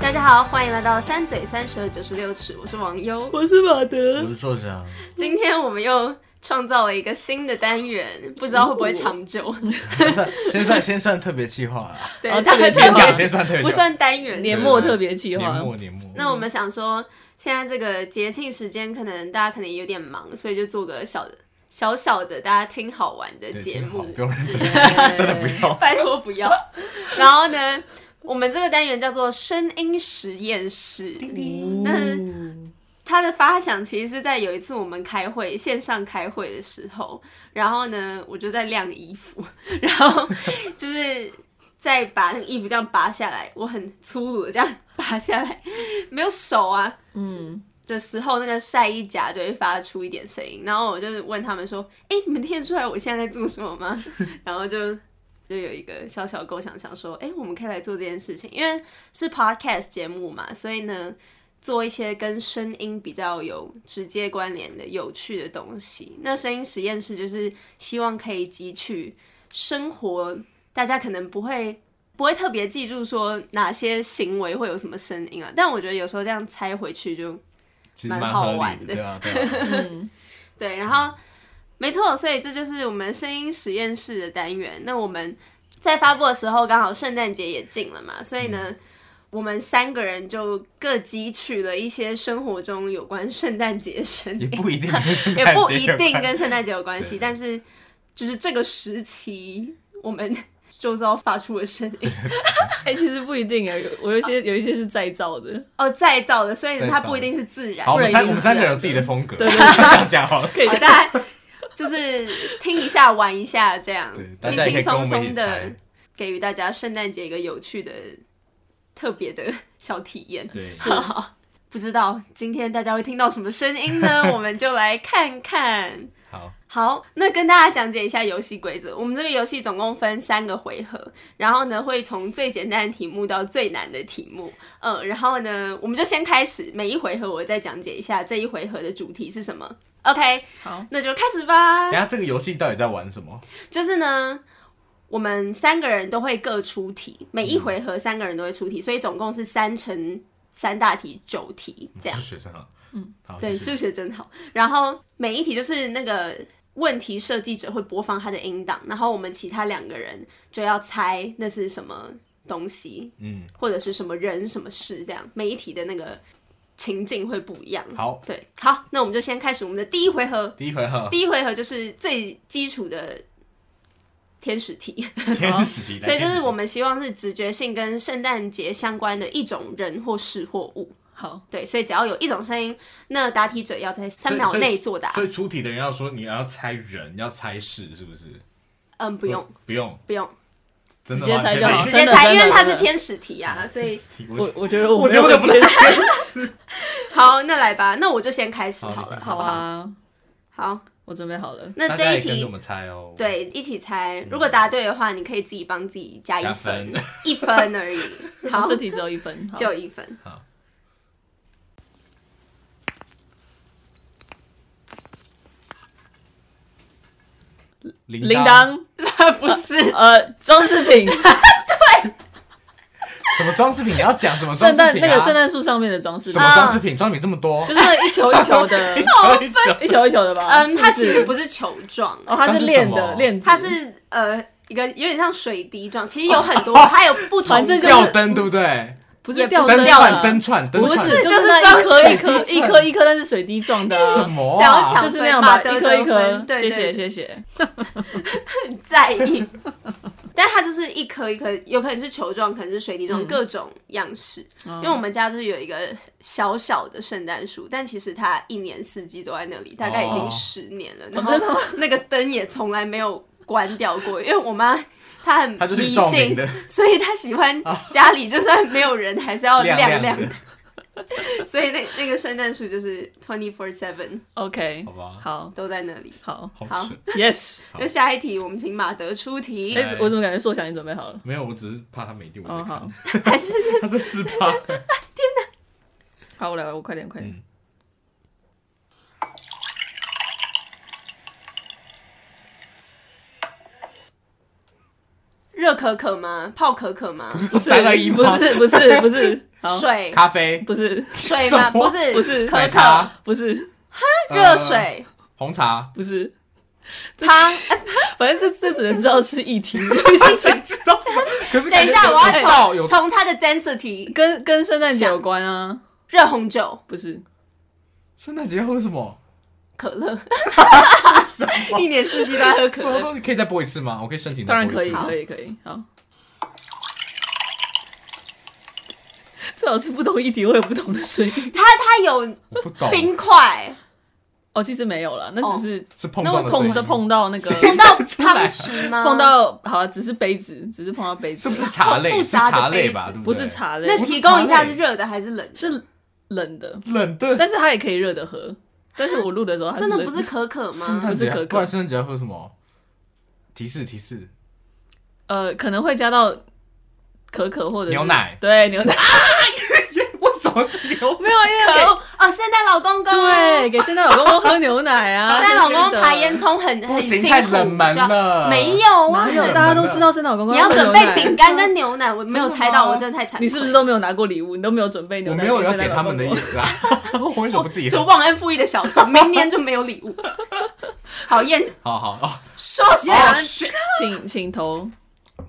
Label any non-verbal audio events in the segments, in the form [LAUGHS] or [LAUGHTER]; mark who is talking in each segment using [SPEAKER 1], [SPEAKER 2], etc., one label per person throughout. [SPEAKER 1] 大家好，欢迎来到三嘴三舌九十六尺，我是王
[SPEAKER 2] [LAUGHS]
[SPEAKER 1] 优。
[SPEAKER 2] 我是马德
[SPEAKER 3] 不，是硕
[SPEAKER 1] [LAUGHS]
[SPEAKER 3] 士啊，
[SPEAKER 1] 今天我们又创造了一个新的单元，不知道会不会长
[SPEAKER 2] [LAUGHS]
[SPEAKER 1] 久。
[SPEAKER 3] 先算先算先算特别企划啦，
[SPEAKER 1] [LAUGHS] 对，
[SPEAKER 2] 哦
[SPEAKER 1] 大
[SPEAKER 2] 特别
[SPEAKER 1] 家
[SPEAKER 2] 先讲
[SPEAKER 3] 先算特别
[SPEAKER 1] 不算单元。
[SPEAKER 2] 年末特别企
[SPEAKER 3] 年
[SPEAKER 2] 划，
[SPEAKER 3] 末年末，
[SPEAKER 1] 那我们想说，现在这个节庆时间，可能大家可能有点忙，所以就做个小的、小小的，大家听好玩的
[SPEAKER 3] 对
[SPEAKER 1] 节
[SPEAKER 3] 挺好
[SPEAKER 1] 目。
[SPEAKER 3] 不用认真，
[SPEAKER 1] [LAUGHS]
[SPEAKER 2] 对
[SPEAKER 3] 真的不要。
[SPEAKER 1] 拜托不要。然后呢，我们这个单元叫做声音实验室。那它的发想其实是在有一次我们开会线上开会的时候，然后呢，我就在晾衣服，然后就是再把那个衣服这样拔下来，我很粗鲁的这样拔下来，没有手啊，
[SPEAKER 2] 嗯，
[SPEAKER 1] 的时候，那个晒衣夹就会发出一点声音。然后我就是问他们说：“哎、你们听得出来我现在在做什么吗？” [LAUGHS] 然后就就有一个小小构想，想说：“哎、我们可以来做这件事情，因为是 podcast 节目嘛，所以呢，做一些跟声音比较有直接关联的有趣的东西。那声音实验室就是希望可以汲取生活，大家可能不会。”不会特别记住说哪些行为会有什么声音啊，但我觉得有时候这样猜回去就
[SPEAKER 3] 其实
[SPEAKER 1] 蛮
[SPEAKER 3] 蛮
[SPEAKER 1] 好
[SPEAKER 3] 合
[SPEAKER 1] 玩
[SPEAKER 3] 理
[SPEAKER 1] 的
[SPEAKER 3] 的，对
[SPEAKER 1] [LAUGHS]
[SPEAKER 3] 啊，对啊，
[SPEAKER 1] 对，然后没错，所以这就是我们声音实验室的单元。那我们在发布的时候，刚好圣诞节也近了嘛，所以呢，
[SPEAKER 3] 嗯
[SPEAKER 1] 我们三个人就各汲取了一些生活中有关圣诞节声
[SPEAKER 3] 也
[SPEAKER 1] [LAUGHS] 音，
[SPEAKER 3] 不一 [LAUGHS] 定跟圣
[SPEAKER 1] 也
[SPEAKER 3] 诞
[SPEAKER 1] 不
[SPEAKER 3] 节
[SPEAKER 1] 一
[SPEAKER 3] 有
[SPEAKER 1] 定
[SPEAKER 3] 关
[SPEAKER 1] 跟圣诞节有关系，
[SPEAKER 3] 对
[SPEAKER 1] 但是就是这个时期，我们周遭发出的声
[SPEAKER 3] [LAUGHS]
[SPEAKER 1] 音
[SPEAKER 2] [LAUGHS] 哎，其实不一定哎，我有一
[SPEAKER 1] 啊
[SPEAKER 2] 些有一些是再造的，
[SPEAKER 1] 哦，再造的，所以
[SPEAKER 3] 再
[SPEAKER 1] 它
[SPEAKER 3] 造
[SPEAKER 1] 不一定是自然，
[SPEAKER 3] 好，我
[SPEAKER 1] 不然
[SPEAKER 3] 们三
[SPEAKER 1] 一
[SPEAKER 3] 我
[SPEAKER 1] 定
[SPEAKER 3] 们
[SPEAKER 1] 是自然
[SPEAKER 3] 三个人有自己的风格，
[SPEAKER 2] 对
[SPEAKER 3] [LAUGHS]
[SPEAKER 2] 对
[SPEAKER 3] 这样讲好了。
[SPEAKER 2] 可以
[SPEAKER 1] 好，大家就是听一下、玩一下，这样
[SPEAKER 3] 对，大
[SPEAKER 1] 轻
[SPEAKER 3] 家也
[SPEAKER 1] 轻
[SPEAKER 3] 可以跟我
[SPEAKER 1] 松
[SPEAKER 3] 们一
[SPEAKER 1] 松
[SPEAKER 3] 起
[SPEAKER 1] 的
[SPEAKER 3] 猜，
[SPEAKER 1] 给予大家圣诞节一个有趣的、特别的小体验。 [LAUGHS]
[SPEAKER 3] 对，
[SPEAKER 1] 不知道今天大家会听到什么声音呢？我们就来看看。
[SPEAKER 3] 好，
[SPEAKER 1] 好，那跟大家讲解一下游戏规则。我们这个游戏总共分三个回合，然后呢会从最简单的题目到最难的题目，嗯，然后呢我们就先开始，每一回合我再讲解一下这一回合的主题是什么。OK，
[SPEAKER 2] 好，
[SPEAKER 1] 那就开始吧
[SPEAKER 3] 等。一下这个游戏到底在玩什么？
[SPEAKER 1] 就是呢，我们三个人都会各出题，每一回合三个人都会出题，所以总共是三乘三大题九题这样
[SPEAKER 3] 是。学生啊，嗯，好，
[SPEAKER 1] 对，
[SPEAKER 3] 继续
[SPEAKER 1] 数学真好。然后每一题就是那个问题设计者会播放他的音档，然后我们其他两个人就要猜那是什么东西，
[SPEAKER 3] 嗯，
[SPEAKER 1] 或者是什么人、什么事这样。每一题的那个情境会不一样。
[SPEAKER 3] 好，
[SPEAKER 1] 对，好，那我们就先开始我们的第一回合。
[SPEAKER 3] 第一回合
[SPEAKER 1] 第一回合就是最基础的天使题，
[SPEAKER 3] 天使题，
[SPEAKER 1] 所以就是我
[SPEAKER 3] 们
[SPEAKER 1] 们希望是直觉性跟圣诞节相关的一种人或事或物。
[SPEAKER 2] 好，
[SPEAKER 1] 对，所以只要有一种声音，那答题者要在三秒内啊作答。
[SPEAKER 3] 所以出题的人要说你要猜人，要猜事，是不是？
[SPEAKER 1] 嗯，不用，
[SPEAKER 3] 不用，
[SPEAKER 1] 不用，
[SPEAKER 3] 真的
[SPEAKER 2] 直接
[SPEAKER 3] 吗
[SPEAKER 2] 猜
[SPEAKER 3] 确
[SPEAKER 2] 就
[SPEAKER 3] 定
[SPEAKER 2] 好
[SPEAKER 1] 直
[SPEAKER 2] 真
[SPEAKER 1] 接
[SPEAKER 2] 的
[SPEAKER 1] 猜，
[SPEAKER 2] 真
[SPEAKER 1] 因
[SPEAKER 2] 的
[SPEAKER 1] 为它是
[SPEAKER 2] 真的
[SPEAKER 1] 天使题啊，所 [LAUGHS] 以
[SPEAKER 2] 我我觉得我
[SPEAKER 3] 我觉得
[SPEAKER 2] 没有
[SPEAKER 3] 我不能
[SPEAKER 2] 天使
[SPEAKER 1] 好，那来吧，那我就先开始
[SPEAKER 3] 好
[SPEAKER 1] 好了，
[SPEAKER 3] 你先
[SPEAKER 1] 好
[SPEAKER 2] 好
[SPEAKER 1] 不好？
[SPEAKER 2] 啊，
[SPEAKER 1] 好，
[SPEAKER 2] 我准备好了，
[SPEAKER 1] 那
[SPEAKER 3] 大
[SPEAKER 1] 这
[SPEAKER 3] 家
[SPEAKER 1] 一
[SPEAKER 3] 也跟着
[SPEAKER 1] 题
[SPEAKER 3] 我们猜哦。，
[SPEAKER 1] 对一起猜，如果答对的话，你可以自己帮自己加一
[SPEAKER 3] 加
[SPEAKER 1] 分
[SPEAKER 3] 分，
[SPEAKER 1] 一分而已。好，
[SPEAKER 2] 这题只有一分，好
[SPEAKER 1] 就一
[SPEAKER 3] [LAUGHS]
[SPEAKER 1] 分。
[SPEAKER 3] 好，铃
[SPEAKER 2] 铃铛，
[SPEAKER 1] 不是，
[SPEAKER 2] 呃，装饰
[SPEAKER 3] [LAUGHS]
[SPEAKER 2] 品，
[SPEAKER 3] 啊什么装饰品？你要讲什么
[SPEAKER 2] 圣
[SPEAKER 3] 装饰品啊？
[SPEAKER 2] 诞那个圣诞树上面的装饰
[SPEAKER 3] 什
[SPEAKER 2] 品，
[SPEAKER 3] 么装饰品？装饰品这么多， [LAUGHS]
[SPEAKER 2] 就是那一球一球的，
[SPEAKER 3] 好分
[SPEAKER 2] 一球一球的吧？
[SPEAKER 1] 嗯，它
[SPEAKER 2] 哦
[SPEAKER 1] 其
[SPEAKER 2] 是不是
[SPEAKER 1] 实不是球状，啊
[SPEAKER 2] 哦，它
[SPEAKER 3] 它
[SPEAKER 2] 是
[SPEAKER 3] 是
[SPEAKER 2] 链
[SPEAKER 3] 什
[SPEAKER 2] 的
[SPEAKER 3] 么
[SPEAKER 2] 链子，
[SPEAKER 1] 它是呃一个有点像水滴状，其实有很多，它有不同
[SPEAKER 2] 反正就
[SPEAKER 1] 的。
[SPEAKER 2] 是
[SPEAKER 3] 吊灯对不对？
[SPEAKER 2] 不
[SPEAKER 1] 也
[SPEAKER 2] 是
[SPEAKER 1] 不
[SPEAKER 2] 吊
[SPEAKER 1] 是
[SPEAKER 2] 灯
[SPEAKER 3] 灯
[SPEAKER 2] 啊
[SPEAKER 3] 串灯串灯
[SPEAKER 2] 不
[SPEAKER 3] 串，
[SPEAKER 2] 是，
[SPEAKER 1] 就
[SPEAKER 2] 就是那
[SPEAKER 1] 装
[SPEAKER 2] 一颗
[SPEAKER 1] 饰
[SPEAKER 2] 一颗
[SPEAKER 3] 品
[SPEAKER 2] 一颗一颗，但是水滴状的啊，
[SPEAKER 3] 什么啊？
[SPEAKER 1] 想要抢
[SPEAKER 2] 就是那样吧，
[SPEAKER 1] 马德
[SPEAKER 2] 一颗一
[SPEAKER 1] 得
[SPEAKER 2] 颗
[SPEAKER 1] 分，对对
[SPEAKER 2] 谢谢谢谢。
[SPEAKER 1] 在意，但它就是一颗一颗，有可能是球状，可能是水滴状，各种样式。因为我们家就是有一个小小的圣诞树，但其实它一年四季都在那里，大概已经
[SPEAKER 3] 哦
[SPEAKER 1] 十年了。然后那个灯也从来没有关掉过，因为我妈 [LAUGHS] 她很
[SPEAKER 3] 它就是
[SPEAKER 1] 迷
[SPEAKER 3] 照明
[SPEAKER 1] 信，
[SPEAKER 3] 的，
[SPEAKER 1] 所以她喜欢家里就算没有人，还是要亮哦
[SPEAKER 3] 亮
[SPEAKER 1] 亮
[SPEAKER 3] 的，
[SPEAKER 1] 所以那 [LAUGHS] 那个圣诞树就是 twenty four seven
[SPEAKER 2] OK，
[SPEAKER 3] 好吧
[SPEAKER 2] 好
[SPEAKER 1] 都在那里。
[SPEAKER 2] 好
[SPEAKER 3] 好
[SPEAKER 1] 好
[SPEAKER 3] 蠢。
[SPEAKER 2] ，Yes。
[SPEAKER 3] 好
[SPEAKER 1] 那下一题，我们请马德出题
[SPEAKER 2] 哎、，
[SPEAKER 3] 哎
[SPEAKER 2] 我怎么感觉硕翔你准备好了？
[SPEAKER 3] 没有，我只是怕他没丢，我
[SPEAKER 2] 哦，
[SPEAKER 3] 在看
[SPEAKER 2] 好。，
[SPEAKER 1] 还是
[SPEAKER 3] 他是四趴，
[SPEAKER 2] 好，我来，我快点，快点。
[SPEAKER 3] 嗯
[SPEAKER 1] 热热可可吗？泡可可吗？
[SPEAKER 3] 不
[SPEAKER 2] 是
[SPEAKER 3] 三二一吗
[SPEAKER 2] 不是不是不是，好，
[SPEAKER 1] 水
[SPEAKER 3] 咖啡、
[SPEAKER 2] 不是
[SPEAKER 1] 水吗？
[SPEAKER 3] 什么
[SPEAKER 1] 不是
[SPEAKER 2] 不是
[SPEAKER 1] 可
[SPEAKER 3] 奶
[SPEAKER 1] 可
[SPEAKER 3] 茶
[SPEAKER 2] 不是
[SPEAKER 1] 热水
[SPEAKER 3] 红茶，
[SPEAKER 2] 不是，
[SPEAKER 1] 汤。
[SPEAKER 2] [LAUGHS] 反正这这只能知道是议
[SPEAKER 3] [LAUGHS]
[SPEAKER 2] 题，
[SPEAKER 3] 谁知道什么？可是
[SPEAKER 1] 等一下，我
[SPEAKER 3] 感觉不到
[SPEAKER 1] 要
[SPEAKER 3] 哎有
[SPEAKER 1] 从从它的 density
[SPEAKER 2] 跟跟圣诞节有关啊，
[SPEAKER 1] 热红酒、
[SPEAKER 2] 不是
[SPEAKER 3] 圣诞节喝什么？
[SPEAKER 1] 可乐，
[SPEAKER 3] 什么
[SPEAKER 1] 一年四季都在喝可
[SPEAKER 3] 什么
[SPEAKER 1] 乐。
[SPEAKER 3] 东西可以再播一次吗？我可以申请再
[SPEAKER 2] 当然
[SPEAKER 3] 播
[SPEAKER 2] 可
[SPEAKER 3] 一
[SPEAKER 2] 以，
[SPEAKER 3] 次吗
[SPEAKER 2] 可以，可以，好。最好是不同议题会有不同的声音。
[SPEAKER 1] 它它有
[SPEAKER 3] 我不懂，
[SPEAKER 1] 冰块，
[SPEAKER 2] 哦，其实没有啦，那只是
[SPEAKER 3] 是哦碰
[SPEAKER 2] 那
[SPEAKER 3] 撞
[SPEAKER 2] 我
[SPEAKER 3] 的声
[SPEAKER 2] 碰
[SPEAKER 3] 音
[SPEAKER 2] 都碰到那
[SPEAKER 3] 谁
[SPEAKER 1] 碰
[SPEAKER 2] 个
[SPEAKER 1] 到
[SPEAKER 3] 出来
[SPEAKER 1] 汤匙吗？
[SPEAKER 2] 碰到好了，只是杯子，只是碰到杯子
[SPEAKER 3] 是不，是茶
[SPEAKER 1] 好
[SPEAKER 3] 类？
[SPEAKER 1] 复
[SPEAKER 3] 是
[SPEAKER 1] 杂的
[SPEAKER 3] 茶
[SPEAKER 1] 杯
[SPEAKER 3] 类
[SPEAKER 1] 子
[SPEAKER 3] 吧？对
[SPEAKER 2] 不
[SPEAKER 3] 对
[SPEAKER 2] 是茶类
[SPEAKER 1] 那，提供一下是热的还是冷的？
[SPEAKER 2] 是冷的，
[SPEAKER 3] 冷的，
[SPEAKER 2] 但是它也可以热的喝。但是我录的时候它
[SPEAKER 1] 真的
[SPEAKER 2] 冷
[SPEAKER 1] 不是可可吗
[SPEAKER 3] 圣？诞节
[SPEAKER 2] 不是可可
[SPEAKER 3] 不然圣诞节要喝什么？提示提示，
[SPEAKER 2] 呃，可能会加到可可或者是
[SPEAKER 3] 牛奶
[SPEAKER 2] 对牛奶
[SPEAKER 3] 为什么是牛？
[SPEAKER 2] 没有，因为
[SPEAKER 1] 可
[SPEAKER 2] 给
[SPEAKER 1] [LAUGHS] 哦，圣诞老公公，
[SPEAKER 2] 对给现在老公公喝牛奶
[SPEAKER 1] [LAUGHS]
[SPEAKER 2] 啊，
[SPEAKER 1] 圣诞老公
[SPEAKER 2] 真是
[SPEAKER 1] 公
[SPEAKER 2] 的
[SPEAKER 1] 爬烟囱很很
[SPEAKER 3] 不行
[SPEAKER 1] 辛苦，
[SPEAKER 3] 太冷门了
[SPEAKER 1] 没有啊
[SPEAKER 2] 哪，有大家都知道圣诞老公公
[SPEAKER 1] 你要
[SPEAKER 2] 喝
[SPEAKER 1] 准
[SPEAKER 2] 牛
[SPEAKER 1] 备
[SPEAKER 2] 奶
[SPEAKER 1] 饼干跟牛奶，我没有猜到，
[SPEAKER 3] 真的吗
[SPEAKER 1] 我真的太惨。
[SPEAKER 2] 你是不是？都没有拿过礼物？你都没有准备牛
[SPEAKER 3] 我
[SPEAKER 2] 奶？
[SPEAKER 3] 没有要给他们
[SPEAKER 2] 哦
[SPEAKER 3] 的意。思啊， [LAUGHS] 我为什么不自己
[SPEAKER 1] 就
[SPEAKER 3] 喝？
[SPEAKER 1] 忘恩负义的小子，明年就没有礼物。好厌，
[SPEAKER 3] 好好哦，
[SPEAKER 1] 说想
[SPEAKER 2] 哦请请投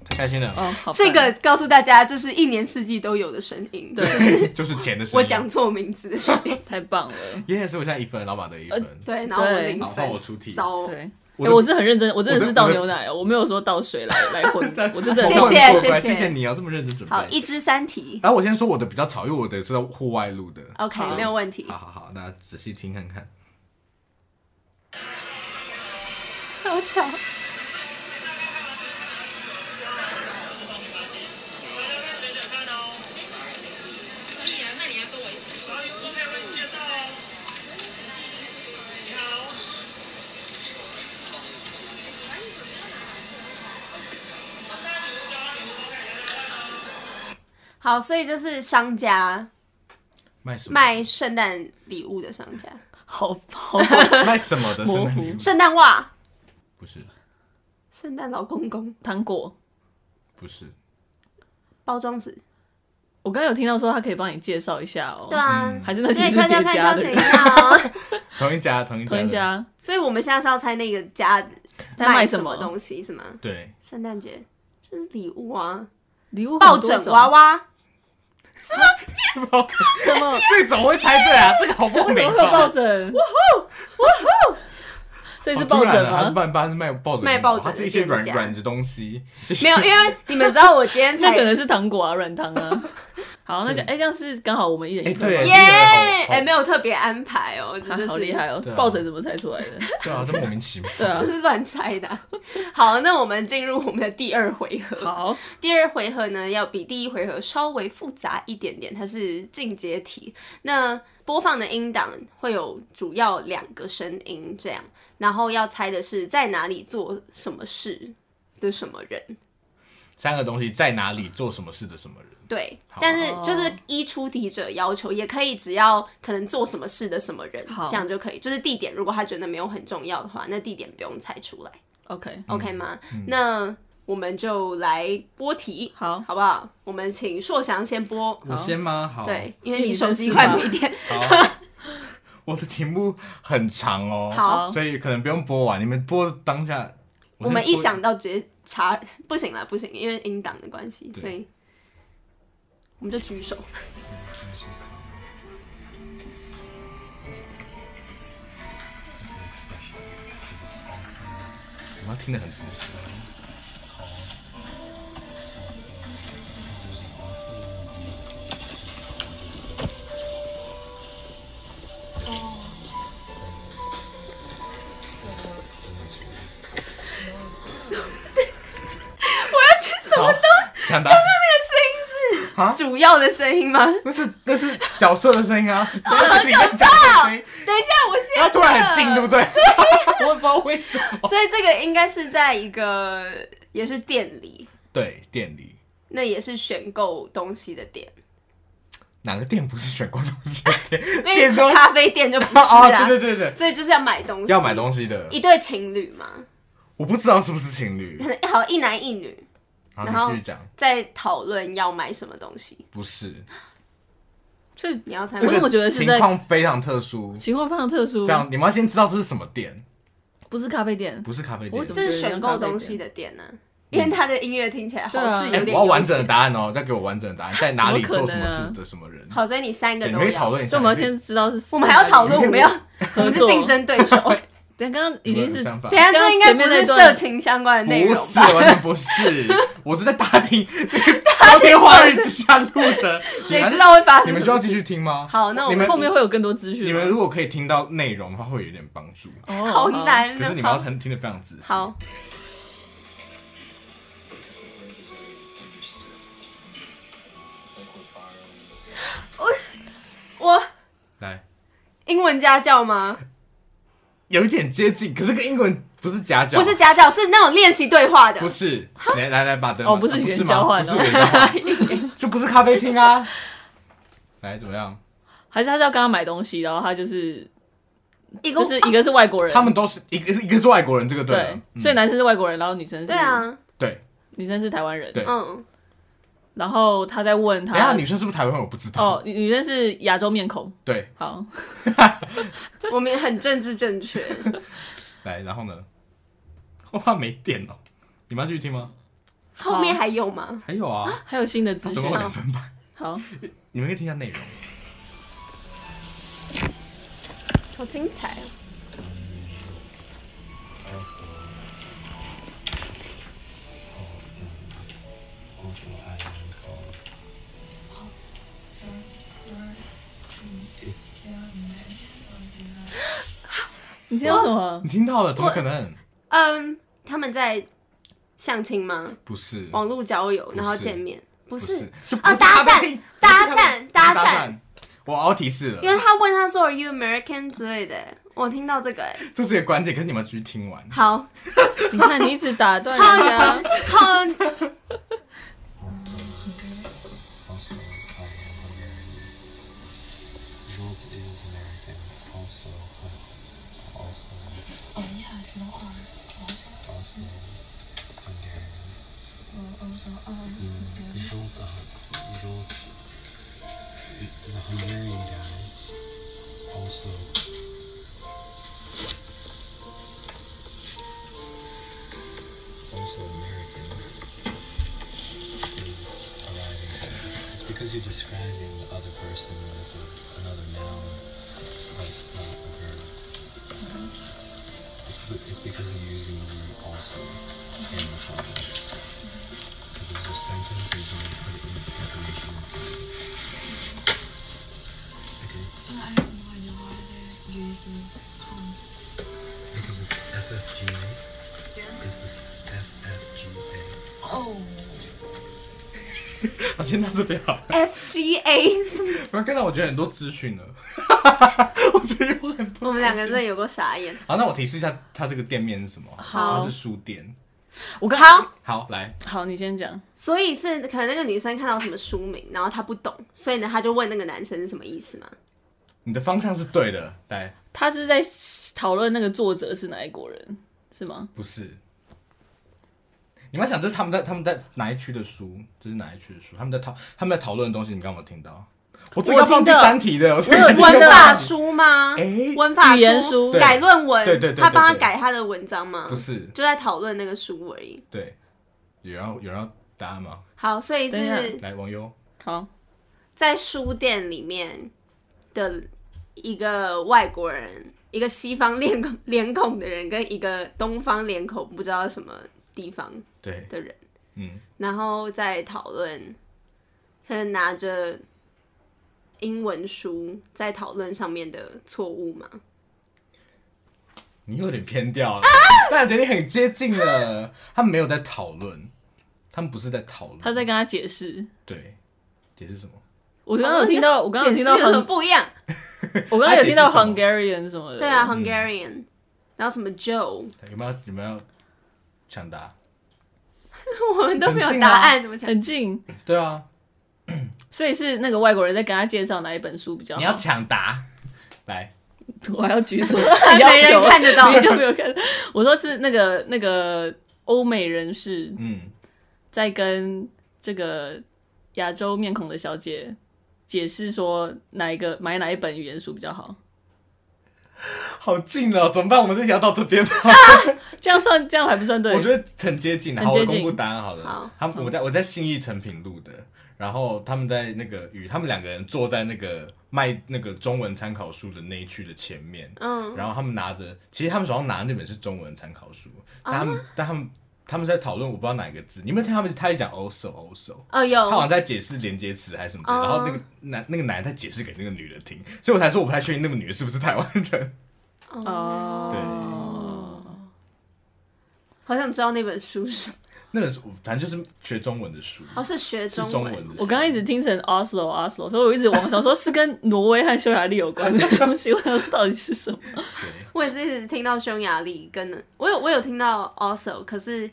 [SPEAKER 3] 太开心了，
[SPEAKER 2] 哦，好烦
[SPEAKER 1] 这个告诉大家，就是一年四季都有的声音。
[SPEAKER 2] 对
[SPEAKER 1] 就是
[SPEAKER 3] [LAUGHS] 就是钱的事。
[SPEAKER 1] 我讲错名字的声音。
[SPEAKER 2] 太棒了。
[SPEAKER 3] 耶，所以我现在一分，老马的一分。
[SPEAKER 1] 对，然后我
[SPEAKER 2] 对
[SPEAKER 1] 零
[SPEAKER 3] 好，换我
[SPEAKER 1] 分，
[SPEAKER 3] 出题。
[SPEAKER 1] 糟。
[SPEAKER 2] 对，哎，
[SPEAKER 3] 哦的
[SPEAKER 2] 我是很认真，我真的
[SPEAKER 3] 我的
[SPEAKER 2] 是倒
[SPEAKER 3] 我的
[SPEAKER 2] 牛奶哦，我没有说倒水来来
[SPEAKER 3] [LAUGHS]
[SPEAKER 2] 混的，我是真
[SPEAKER 1] 谢谢
[SPEAKER 2] 的倒
[SPEAKER 3] [LAUGHS]
[SPEAKER 2] 牛
[SPEAKER 3] 我很
[SPEAKER 2] 奶
[SPEAKER 3] 过关
[SPEAKER 1] 谢谢
[SPEAKER 3] 谢你哦要这么认真准备。
[SPEAKER 1] 好，一至三题
[SPEAKER 3] 然后我先说我的比较吵，因为我的是在户外录的。
[SPEAKER 1] ，OK，
[SPEAKER 2] 好
[SPEAKER 1] 没有问题
[SPEAKER 3] 好。好好，大家仔细听看看。
[SPEAKER 1] 好巧，好，所以就是商家
[SPEAKER 3] 卖什么？
[SPEAKER 1] 卖圣诞礼物的商家，
[SPEAKER 2] 好好
[SPEAKER 3] 卖什么的圣诞礼物？
[SPEAKER 1] 圣诞袜、
[SPEAKER 3] 不是，
[SPEAKER 1] 圣诞老公公、
[SPEAKER 2] 糖果。
[SPEAKER 3] 不是，
[SPEAKER 1] 包装纸，
[SPEAKER 2] 我刚刚有听到说他可以帮你介绍一下哦，
[SPEAKER 1] 对啊，
[SPEAKER 2] 还是那
[SPEAKER 1] 所
[SPEAKER 2] [LAUGHS] 其
[SPEAKER 1] 以
[SPEAKER 2] 实
[SPEAKER 1] 挑
[SPEAKER 2] 是
[SPEAKER 1] 挑
[SPEAKER 2] 别
[SPEAKER 1] 看
[SPEAKER 2] 家
[SPEAKER 1] 挑
[SPEAKER 2] 的
[SPEAKER 1] 选一下哦。 [LAUGHS]
[SPEAKER 3] 同一家，同一家，
[SPEAKER 2] 同一。家，
[SPEAKER 1] 所以我们现在是要猜那个家
[SPEAKER 2] [LAUGHS] 在卖
[SPEAKER 1] 什
[SPEAKER 2] 什
[SPEAKER 1] 么
[SPEAKER 2] 么
[SPEAKER 1] 东西是吗？
[SPEAKER 3] 对，
[SPEAKER 1] 圣诞节就是礼物啊，
[SPEAKER 2] 礼物
[SPEAKER 1] 抱枕娃
[SPEAKER 2] 娃
[SPEAKER 1] 娃，
[SPEAKER 2] 什么？
[SPEAKER 3] [LAUGHS] 这种会猜对啊，这个好不啊
[SPEAKER 2] 为
[SPEAKER 3] [LAUGHS] 美
[SPEAKER 2] 什么会
[SPEAKER 1] [LAUGHS]
[SPEAKER 2] 有抱
[SPEAKER 3] 吧？
[SPEAKER 2] 枕？哇呼，所以是
[SPEAKER 3] 好
[SPEAKER 2] 抱
[SPEAKER 3] 突然
[SPEAKER 2] 枕
[SPEAKER 3] 啊他是
[SPEAKER 2] 吗？
[SPEAKER 3] 半八是卖抱枕的，
[SPEAKER 1] 卖抱枕的
[SPEAKER 3] 它是一些软
[SPEAKER 1] 店家
[SPEAKER 3] 软的东西。
[SPEAKER 1] 没有，因为你们知道我今天
[SPEAKER 2] [LAUGHS] 那
[SPEAKER 1] 才
[SPEAKER 2] 可能是糖果啊，软糖啊。好，那讲哎，这样是刚好我们一人一
[SPEAKER 3] 哎
[SPEAKER 2] 份
[SPEAKER 3] 对
[SPEAKER 2] 吗。
[SPEAKER 1] 耶，
[SPEAKER 3] 好好
[SPEAKER 1] 哎，没有特别安排哦，
[SPEAKER 2] 啊
[SPEAKER 1] 就是
[SPEAKER 2] [LAUGHS] 好厉，害哦
[SPEAKER 3] 对！啊
[SPEAKER 2] 抱枕怎么猜出来的？
[SPEAKER 3] 对啊，这莫名其妙。
[SPEAKER 2] 对啊
[SPEAKER 1] [LAUGHS] 就，是乱猜的啊。好，那我们进入我们的第二回合。
[SPEAKER 3] [LAUGHS]
[SPEAKER 2] 好，
[SPEAKER 1] 第二回合呢，要比第一回合稍微复杂一点点，它是进阶题。那播放的音档会有主要两个声音这样，然后要猜的是在哪里做什么事的什么人。
[SPEAKER 3] 三个东西在哪里做什么事的什么人？
[SPEAKER 1] 对
[SPEAKER 3] 好，
[SPEAKER 1] 但是就是依出题者要求，也可以只要可能做什么事的什么人，
[SPEAKER 2] 好
[SPEAKER 1] 这样就可以。就是地点，如果他觉得没有很重要的话，那地点不用猜出来、
[SPEAKER 2] OK，
[SPEAKER 1] o k 吗？那我们就来播题，
[SPEAKER 2] 好，
[SPEAKER 1] 好不好？我们请硕翔先播，
[SPEAKER 3] 我先吗？好，
[SPEAKER 1] 对，因
[SPEAKER 2] 因
[SPEAKER 1] 为
[SPEAKER 2] 为
[SPEAKER 1] 你
[SPEAKER 2] 你
[SPEAKER 1] 手
[SPEAKER 2] 先
[SPEAKER 1] 机
[SPEAKER 2] 试
[SPEAKER 1] 快
[SPEAKER 2] 吧
[SPEAKER 1] 没
[SPEAKER 3] [LAUGHS]
[SPEAKER 1] 电。 [LAUGHS]
[SPEAKER 3] 好，我的题目很长哦，
[SPEAKER 1] 好
[SPEAKER 3] 所以可能不用播完，你们播当下。
[SPEAKER 1] 我
[SPEAKER 3] 先
[SPEAKER 1] 们一
[SPEAKER 3] 播，
[SPEAKER 1] 想到直接查， [LAUGHS] 不行了，不行，因为音档的关系，所以我们就举 [LAUGHS] 手。
[SPEAKER 3] 我要听得很仔细。
[SPEAKER 1] 我要举手，
[SPEAKER 3] 好，抢答，
[SPEAKER 1] 那
[SPEAKER 3] 啊
[SPEAKER 1] 个声音是主要的声音吗？ [LAUGHS]
[SPEAKER 3] 那是那是角色的声音啊， [LAUGHS] 那是里面角色的声音，
[SPEAKER 1] 等一下，我先。
[SPEAKER 3] 然后突然很近，对不对？ [LAUGHS] 我也不知道为什么。
[SPEAKER 1] 所以这个应该是在一个也是店里，
[SPEAKER 3] 对，店里
[SPEAKER 1] 那也是选购东西的店，
[SPEAKER 3] 哪个店不是选购东西的店？
[SPEAKER 1] 因为
[SPEAKER 3] 店都
[SPEAKER 1] 咖啡店就不是
[SPEAKER 3] 啊， [LAUGHS]
[SPEAKER 1] 啊，
[SPEAKER 3] 对对对对，
[SPEAKER 1] 所以就是要买东西，
[SPEAKER 3] 要买东西的，
[SPEAKER 1] 一对情侣嘛， [LAUGHS]
[SPEAKER 3] 我不知道是不是情侣
[SPEAKER 1] 可能好一男一女，
[SPEAKER 3] 好，
[SPEAKER 1] 然后
[SPEAKER 3] 你继续讲，
[SPEAKER 1] 在讨论要买什么东西。
[SPEAKER 3] 不是，
[SPEAKER 2] 所以
[SPEAKER 1] 你要猜
[SPEAKER 2] 这
[SPEAKER 1] 吗？
[SPEAKER 2] 个
[SPEAKER 1] 我
[SPEAKER 2] 我觉得是在
[SPEAKER 3] 情况非常特殊，
[SPEAKER 2] 情况非常特殊
[SPEAKER 3] 非，常，你们要先知道这是什么店，
[SPEAKER 2] 不是咖啡店，
[SPEAKER 3] 不是咖啡店
[SPEAKER 2] 我。怎么
[SPEAKER 1] 这是选购东西的店呢、因为他的音乐听起来好
[SPEAKER 2] 对啊
[SPEAKER 1] 似
[SPEAKER 3] 哎、
[SPEAKER 1] 有
[SPEAKER 3] 我
[SPEAKER 1] 点
[SPEAKER 3] 要完整
[SPEAKER 1] 悠
[SPEAKER 3] 的
[SPEAKER 1] 闲
[SPEAKER 3] 答案哦，再给我完整的
[SPEAKER 1] [LAUGHS]
[SPEAKER 3] 答案，在哪里
[SPEAKER 2] 怎么可
[SPEAKER 3] 做什
[SPEAKER 2] 能
[SPEAKER 3] 么
[SPEAKER 2] 啊
[SPEAKER 3] 事的什么人。
[SPEAKER 1] 好，所以你三个
[SPEAKER 3] 对，你
[SPEAKER 1] 都
[SPEAKER 3] 们可以讨
[SPEAKER 1] 要。
[SPEAKER 3] 论一下。
[SPEAKER 2] 所以我们要
[SPEAKER 3] 因为
[SPEAKER 2] 先知道是
[SPEAKER 1] 我们还要讨论，我们要我
[SPEAKER 2] 合
[SPEAKER 1] 们是
[SPEAKER 2] 作
[SPEAKER 1] 竞。争对
[SPEAKER 3] [LAUGHS]
[SPEAKER 1] 手。等
[SPEAKER 2] 但刚刚已经是
[SPEAKER 3] 有没有想法
[SPEAKER 1] 一下这应该
[SPEAKER 2] 刚刚前面
[SPEAKER 1] 不
[SPEAKER 2] 那
[SPEAKER 1] 是
[SPEAKER 2] 段
[SPEAKER 1] 色情相关的内
[SPEAKER 3] 不
[SPEAKER 1] 容
[SPEAKER 3] 是，
[SPEAKER 1] [LAUGHS] 吧？
[SPEAKER 3] 完全不是，我是在大厅聊天花语之下录的。你
[SPEAKER 1] 谁
[SPEAKER 3] 们
[SPEAKER 1] 知道会发
[SPEAKER 3] 你
[SPEAKER 1] 生
[SPEAKER 3] 们
[SPEAKER 1] 什
[SPEAKER 3] 需要
[SPEAKER 1] 么
[SPEAKER 3] 继
[SPEAKER 1] 事？
[SPEAKER 3] 续听吗？
[SPEAKER 1] 好，那我
[SPEAKER 3] 你们
[SPEAKER 2] 后面
[SPEAKER 1] 继
[SPEAKER 2] 会有更多资讯吗。
[SPEAKER 3] 你们如果可以听到内容的话，会有点帮助。
[SPEAKER 2] 哦
[SPEAKER 1] 续好。难
[SPEAKER 3] 可
[SPEAKER 1] 呢。
[SPEAKER 3] 是你们要听听得非常仔细。
[SPEAKER 1] 好，好我
[SPEAKER 3] 来，
[SPEAKER 1] 英文家教吗？
[SPEAKER 3] 有一点接近，可是跟英文不是夹角，
[SPEAKER 1] 不是家教，是那种练习对话的
[SPEAKER 3] 不。是，来来来，把灯
[SPEAKER 2] 哦
[SPEAKER 3] 嘛
[SPEAKER 2] 不是
[SPEAKER 3] 啊
[SPEAKER 2] 语言
[SPEAKER 3] 吗
[SPEAKER 2] 交换哦
[SPEAKER 3] 不是语言交换，这不是咖啡厅啊。来，怎么样？
[SPEAKER 2] 还是他是要跟他买东西，然后他就是
[SPEAKER 1] 一个
[SPEAKER 2] 就是一个是外国人，
[SPEAKER 3] 他们都是一个是一个是外国人，这个对
[SPEAKER 2] 对
[SPEAKER 3] 了，嗯
[SPEAKER 2] 所以男生是外国人，然后女生是
[SPEAKER 1] 对啊，
[SPEAKER 3] 对。
[SPEAKER 2] 女生是台湾人，
[SPEAKER 3] 对
[SPEAKER 1] 嗯，
[SPEAKER 2] 然后他在问
[SPEAKER 3] 等一下，
[SPEAKER 2] 他
[SPEAKER 3] 女生是不是台湾人？我不知道。
[SPEAKER 2] 哦，女女生是亚洲面孔，
[SPEAKER 3] 对，
[SPEAKER 2] 好，
[SPEAKER 1] [LAUGHS] 我们也很政治正 [LAUGHS] 确。
[SPEAKER 3] 来，然后呢？我怕没电了，你们要继续听吗？
[SPEAKER 1] 后面还有吗？
[SPEAKER 3] 还有啊，
[SPEAKER 2] 还有新的资讯
[SPEAKER 3] 总共有
[SPEAKER 1] 啊
[SPEAKER 3] 两分半，
[SPEAKER 2] 好，
[SPEAKER 3] 你们可以听一下内容。
[SPEAKER 1] 好精彩啊！
[SPEAKER 2] 你听到什么？
[SPEAKER 3] 你听到了？怎么可能？
[SPEAKER 1] 嗯，他们在相亲吗？
[SPEAKER 3] 不是，
[SPEAKER 1] 网络交友，
[SPEAKER 3] 嗯是
[SPEAKER 1] 然后见面，哦不
[SPEAKER 3] 不
[SPEAKER 1] 是？，
[SPEAKER 3] 就
[SPEAKER 1] 啊
[SPEAKER 3] 不是咖啡
[SPEAKER 1] 搭讪搭
[SPEAKER 3] 厅不是咖啡厅
[SPEAKER 1] 讪搭
[SPEAKER 3] 搭
[SPEAKER 1] 讪，。
[SPEAKER 3] 我要提示
[SPEAKER 1] 因
[SPEAKER 3] 了，
[SPEAKER 1] 为他问他说 “Are you American” 之类的，我听到这个、欸，
[SPEAKER 3] 这是一个关键，可是你们要继续听
[SPEAKER 1] [LAUGHS]
[SPEAKER 3] 完。
[SPEAKER 1] 好，
[SPEAKER 2] 你看你一直打断
[SPEAKER 1] 好
[SPEAKER 2] 人家，，
[SPEAKER 1] 好，
[SPEAKER 4] Also, I am American. George is American. Also, uh, also,
[SPEAKER 5] Oh yeah, it's not hard. Also,
[SPEAKER 4] also Hungarian.
[SPEAKER 5] uh, also, um, yeah.
[SPEAKER 4] George, uh, George, the Hungarian guy. Also, also American is arriving. It's because you're describing the other person with a, another noun, but it's not a verb. It's, be- it's because you're using the word also in the clause. Because there's a sentence and you want to put it in the information inside. Okay?
[SPEAKER 5] I have no idea why they use the com.
[SPEAKER 4] Because it's FFGA. Is this FFGA?
[SPEAKER 5] Oh.
[SPEAKER 3] 好，啊先到这边好了。
[SPEAKER 1] F G [LAUGHS] A，
[SPEAKER 3] 我看到我觉得很多资讯了， [LAUGHS] 我觉得有很多。
[SPEAKER 1] 我们两个真的有过傻眼。
[SPEAKER 3] 好，那我提示一下，它这个店面是什么？
[SPEAKER 1] 好
[SPEAKER 3] 它是书店。
[SPEAKER 2] 我刚好
[SPEAKER 3] 好，来，
[SPEAKER 2] 好，你先讲，
[SPEAKER 1] 所以是可能那个女生看到什么书名，然后她不懂，所以呢，她就问那个男生是什么意思嘛？
[SPEAKER 3] 你的方向是对的。来，
[SPEAKER 2] 他是在讨论那个作者是哪一国人，是吗？
[SPEAKER 3] 不是。你们要想，这是他们在他们在哪一区的书？这是哪一区的书？他们在讨他们在讨论的东西，你刚刚有没有听到？我这个要放第三题的，我这个
[SPEAKER 2] 我有
[SPEAKER 3] 已经
[SPEAKER 2] 听
[SPEAKER 1] 文
[SPEAKER 2] 到
[SPEAKER 1] 法书吗？
[SPEAKER 3] 哎
[SPEAKER 1] 文法
[SPEAKER 2] 语言书对
[SPEAKER 1] 改论文，
[SPEAKER 3] 对对对对
[SPEAKER 1] 他帮他
[SPEAKER 3] 对
[SPEAKER 1] 改他的文章吗？
[SPEAKER 3] 不，是
[SPEAKER 1] 就在讨论那个书而已。
[SPEAKER 3] 对。有人要有人要答案吗？
[SPEAKER 1] 好，所以
[SPEAKER 2] 等一
[SPEAKER 1] 是
[SPEAKER 2] 下
[SPEAKER 3] 来，王优，
[SPEAKER 2] 好，
[SPEAKER 1] 在书店里面的一个外国人，一个西方脸孔脸孔的人，跟一个东方脸孔不知道什么地方
[SPEAKER 3] 对，
[SPEAKER 1] 的人，
[SPEAKER 3] 嗯，
[SPEAKER 1] 然后再讨论，可能拿着英文书在讨论上面的错误嘛？
[SPEAKER 3] 你有点偏掉了，但觉得你很接近了。他们没有在讨论，他们不是在讨论，
[SPEAKER 2] 他在跟他解释。
[SPEAKER 3] 对，解释什么？
[SPEAKER 2] 我刚刚有听到，我刚刚有听到
[SPEAKER 1] 哦解释有什么
[SPEAKER 2] hun，
[SPEAKER 1] 不一样？
[SPEAKER 2] 我刚刚有听到
[SPEAKER 3] 他解释
[SPEAKER 2] Hungarian 什么的，
[SPEAKER 1] 对啊，，Hungarian，然后
[SPEAKER 3] [LAUGHS]
[SPEAKER 1] 什么 Joe，
[SPEAKER 3] 有没有有没有抢答？
[SPEAKER 1] 我们都没有
[SPEAKER 3] 很近啊
[SPEAKER 1] 答案，怎么讲？
[SPEAKER 2] 很近，
[SPEAKER 3] 对啊，
[SPEAKER 2] 所以是那个外国人在跟他介绍哪一本书比较好。
[SPEAKER 3] 你要抢答，来，
[SPEAKER 2] [LAUGHS] 我还要举手，很
[SPEAKER 3] 啊
[SPEAKER 2] 要
[SPEAKER 1] 没人
[SPEAKER 2] 求
[SPEAKER 1] 看得
[SPEAKER 3] [LAUGHS]
[SPEAKER 1] 到
[SPEAKER 2] 你就没有看。我说是那个那个欧美人士
[SPEAKER 3] 嗯，
[SPEAKER 2] 在跟这个亚洲面孔的小姐解释说哪一个买哪一本语言书比较好。
[SPEAKER 3] 好近哦，怎么办？我们这题要到这边吗？
[SPEAKER 2] 这样算，这样还不算对。
[SPEAKER 3] 我觉得很接近啊。
[SPEAKER 2] 很
[SPEAKER 3] 好，
[SPEAKER 2] 接
[SPEAKER 3] 我
[SPEAKER 2] 近
[SPEAKER 3] 公布答案好了。
[SPEAKER 1] 好
[SPEAKER 3] 他们我在我在信义成品录的，然后他们在那个与他们两个人坐在那个卖那个中文参考书的那一区的前面，
[SPEAKER 1] [LAUGHS] 嗯，
[SPEAKER 3] 然后他们拿着，其实他们手上拿的那本是中文参考书，但他们、
[SPEAKER 1] 哦
[SPEAKER 3] 但他们他们在讨论我不知道哪一个字，你有没有听他们他在讲 also also。
[SPEAKER 1] 哦
[SPEAKER 3] 他好像
[SPEAKER 1] 有，
[SPEAKER 3] 在解释连接词还是什么之类
[SPEAKER 1] 哦
[SPEAKER 3] 的，然后那个男那个男的在解释给那个女的听，所以我才说我不太确定那个女的是不是台湾人。
[SPEAKER 2] 哦，
[SPEAKER 1] 好想知道那本书是什么，
[SPEAKER 3] 那本书反正就是学中文的书，
[SPEAKER 1] 哦是学
[SPEAKER 3] 是
[SPEAKER 1] 中
[SPEAKER 3] 中
[SPEAKER 1] 文，
[SPEAKER 3] 文的书。
[SPEAKER 2] 我刚刚一直听成 Oslo Oslo，所以我一直往想说是跟挪威和匈牙利有关的东西，我想说到底是什么？
[SPEAKER 3] 对
[SPEAKER 1] 我也是一直听到匈牙利跟我有我有听到 also，可是